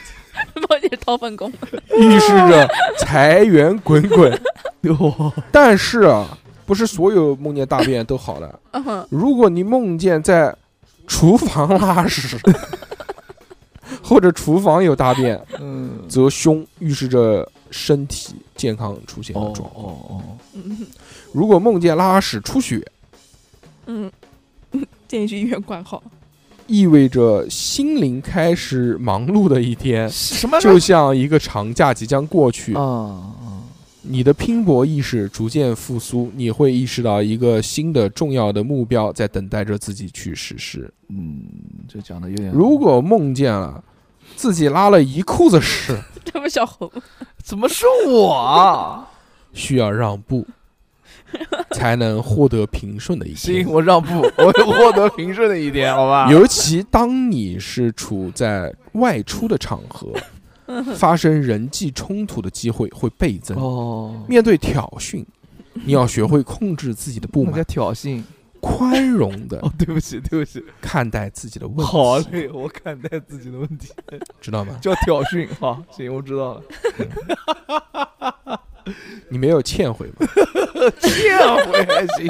梦见掏粪工，
预示着财源滚滚。
哟，
但是啊，不是所有梦见大便都好的。
嗯哼，
如果你梦见在厨房拉屎，或者厨房有大便，
嗯，
则凶，预示着身体健康出现
哦
状
哦
况。
哦，
嗯
如果梦见拉屎出血，
嗯，
建议去医院挂 号。
意味着心灵开始忙碌的一 天，
什么
就像一个长假即将过去，
啊啊
你的拼搏意识逐渐复苏，你会意识到一个新的重要的目标在等待着自己去实施。
嗯，这讲的有点，
如果梦见了自己拉了一裤子屎，
这不小猴，
嗯怎么是我 啊？
需要让步，才能获得平顺的一
行，
天。
我让步，我获得平顺的一天，好吧？
尤其当你是处在外出的场合，发生人际冲突的机会会倍增。
哦，
面对挑衅，你要学会控制自己的不
那 叫
满，
挑衅
宽容的
哦，对不起，对不起，
看待自己的问
好啊
题，
嘞，我看待自己的问题
知道吗？
叫挑衅，好，行，我知道 了，
你没有欠悔吗？
这样我也还行，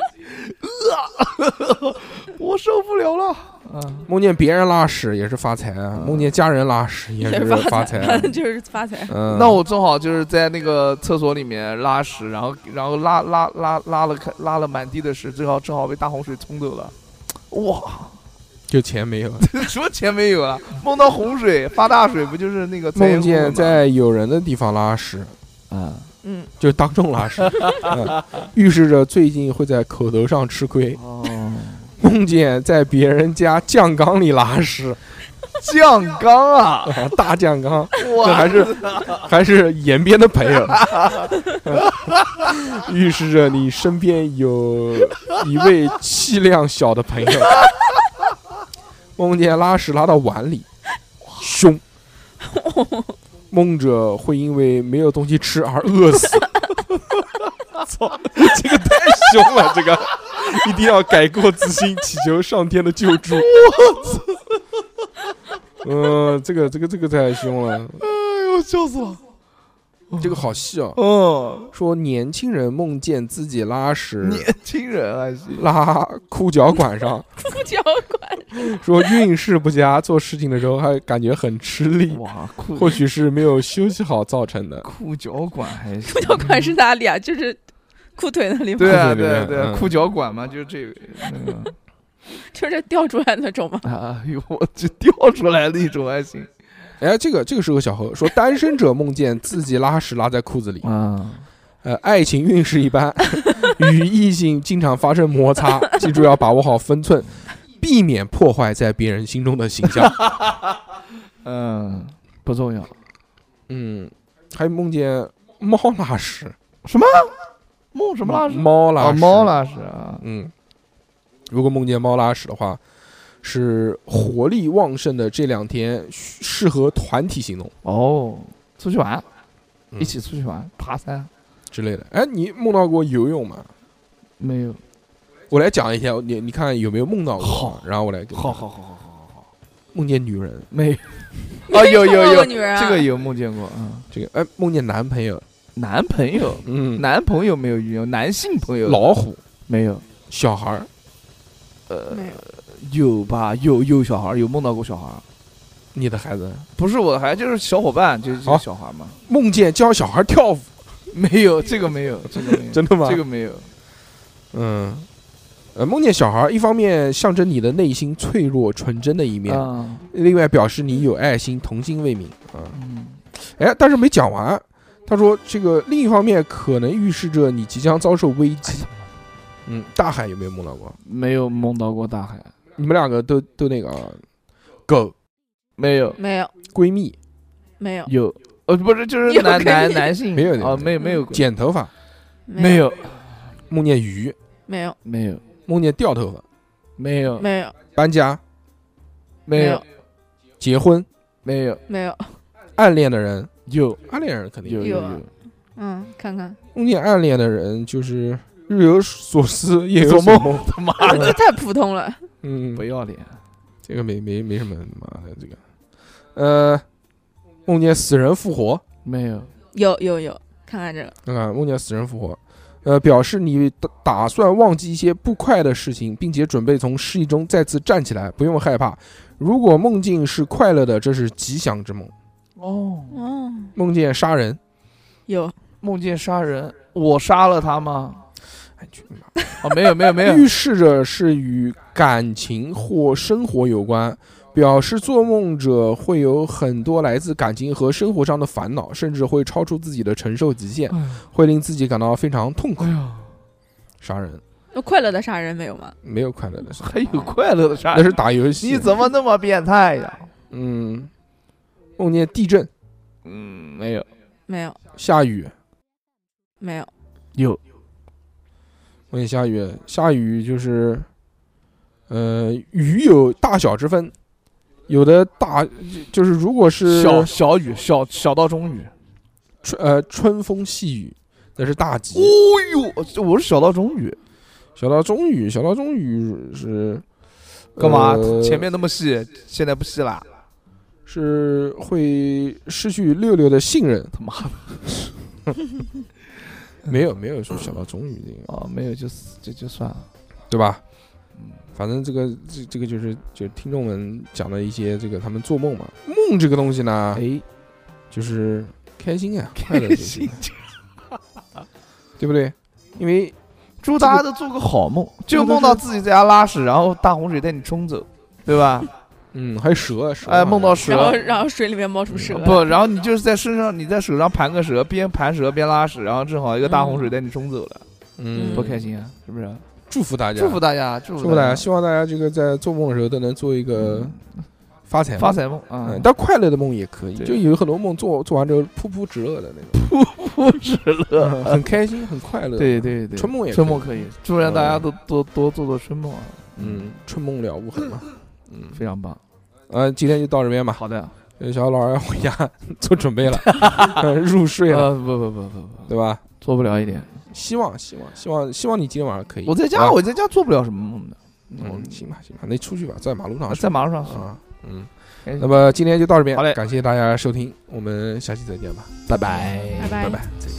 呃， 我受不了了，啊，
梦见别人拉屎也是发财
嗯
啊，梦见家人拉屎也是发财 啊。
就是发 财。
嗯，
那我正好就是在那个厕所里面拉屎，然后然后拉拉拉拉了开拉了满地的屎，正好正好被大洪水冲走了。 哇，
就钱没有。
什么钱没有啊？梦到洪水发大水，不就是 那个
梦见在有人的地方拉屎，
啊
嗯，
就当众拉屎，嗯预示着最近会在口头上吃亏。
哦，
梦见在别人家酱缸里拉屎，
酱缸啊，
啊大酱缸，这
哇
还是还是延边的朋友， 预示着你身边有一位气量小的朋友。梦见拉屎拉到碗里，凶。梦者会因为没有东西吃而饿死。操，这个太凶了，这个一定要改过自新，祈求上天的救助。嗯、这个这个这个太凶了。
哎呦，笑死我！
这个好细哦，
嗯，
说年轻人梦见自己拉屎
年轻人还行，
拉裤脚管 上，
不交管，
说运势不佳，做事情的时候还感觉很吃力，
哇，裤
或许是没有休息好造成的。
裤脚管还行，
不交管是哪里啊？就是裤腿那里吗？
对啊
裤腿里
对啊
面
对啊，
嗯
裤脚管嘛，就是这个那 个。
就是掉出来那种吗？
啊！ 哎呦，我就掉出来那种还行
哎，这个这个是个小何说，单身者梦见自己拉屎拉在裤子里，
啊！
呃，爱情运势一 般，与异性经常发生摩擦，记住要把握好分寸，避免破坏在别人心中的形 象。
嗯，不重要。
嗯，还有梦见猫拉屎，
梦什么拉屎？
猫拉
啊，
屎，
猫拉屎啊！
嗯，如果梦见猫拉屎的话，是活力旺盛的这两天需适合团体行动
哦，出去玩，
嗯
一起出去玩，爬山
之类的。哎，你梦到过游泳吗？
没有？
我来讲一下，你你看有没有梦到过？
好
然后我来给你
好好好好，
梦见女人，
没有。啊，有有
碰到过
有，
女人啊
这个有梦见过啊。
这个哎梦见男朋友，
男朋友，
嗯，
男朋友没有遇到，男性朋友
老虎、
没有。
小孩儿，
啊
呃，
没有，
有吧？有有小孩，有梦到过小孩，
你的孩子
不是我的孩子，就是小伙伴，就是
好
小孩嘛。
梦见教小孩跳舞，
没有，这个没 有，这个没有，
真的吗？
这个没有。
嗯。呃，梦见小孩儿，一方面象征你的内心脆弱、纯真的一面，
啊，
另外表示你有爱心、童心未泯啊。
嗯，
哎，但是没讲完。他说，这个另一方面可能预示着你即将遭受危
哎
机。嗯，大海有没有梦到过？
没有梦到过大海，
你们两个都都那个啊，狗
没有
没有
闺蜜
没有
有，呃，不是，就是
有
男
可以
男男性
没有的
哦，没有没有过
剪头发，
没有嗯
梦见鱼，
没有
没有
梦见掉头发，
没有
没有
搬家，
没
有
结婚，
没有
没有
暗恋的人，
有
暗恋人肯定
有
有啊
有，
嗯，看看
梦见暗恋的人就是日有所思，夜有
做
所
梦
梦。
他妈
这 太普通了，
嗯
不，要脸，
这个没没没什么，妈的这个，呃，梦见死人复活，
没有
有有有，看看这个
看看梦见死人复活，呃，表示你打打算忘记一些不快的事情，并且准备从失意中再次站起来，不用害怕。如果梦境是快乐的，这是吉祥之梦。
哦，
哦，
梦见杀人，
有
梦见杀人，我杀了他吗？
哎，去你妈！
哦，没有没有 没有，
预示着是与感情或生活有关，表示做梦者会有很多来自感情和生活上的烦恼，甚至会超出自己的承受极
嗯
限，会令自己感到非常痛苦
哎。呀，
杀人
那快乐的杀人没有吗？
没有快乐的事，
还有快乐的杀
那
人
是，打游戏。
哎你怎么那么变态呀？
嗯，梦见地震、
嗯，没有
没有
下雨，
没有
有
梦见下雨，下雨就是，呃，雨有大小之分，有的大就是如果是
小小雨，小小到中雨。
春呃春风细雨，那是大吉。
哦呦，这我是小到中雨，
小到中雨，小到中雨是
干嘛？
呃
前面那么细，现在不细啦？
是会失去六六的信任。
他妈的！
没有没有说小到中雨这个，
哦，没有，就死就就算了。
对吧？
嗯，
反正这个这这个就是就是听众们讲的一些这个他们做梦嘛，梦这个东西呢，
哎，
就是开心啊，快乐
开
就
心
行，，对不对？因为
祝大家都做个 好梦，就梦到自己在家拉屎，然后大洪水带你冲走，对吧？
嗯，还有蛇，蛇
哎，梦到
然后
蛇，
然后水里面冒出蛇，
不，然后你就是在身上，你在手上盘个蛇，边盘蛇边拉屎，然后正好一个大洪水带你冲走了，
嗯，
多开心啊！是不是？
祝福大家，
祝福大家，祝
祝福大
家
家，希望大家这个在做梦的时候都能做一个
嗯
发财梦
发财梦啊
嗯，！但快乐的梦也可以，
对
就有很多梦做做完之后噗噗直乐的那种，
不止
嗯
了，
很开心，很快 乐。
对，对对，
春梦也
春梦
可以
可以，祝愿大家都多多做做春梦啊，
嗯，春梦了无痕嘛。嗯，
非常棒。
呃，今天就到这边吧。
好的，
呃小老二要回家 做准备了， 呃入睡了，
呃，不不不不不，
对吧？
做不了一点。
希望，希望，希望，希望你今天晚上可以。
我在
好
家，
吧
我在家做不了什么梦的，
啊嗯，行吧，行吧，那出去吧，在马路上
我在马路上
睡
睡。
啊。嗯，
开心
那么今天就到这边，
好嘞
感谢大家收听，我们下期再见吧，
拜拜。
拜
拜拜，再见。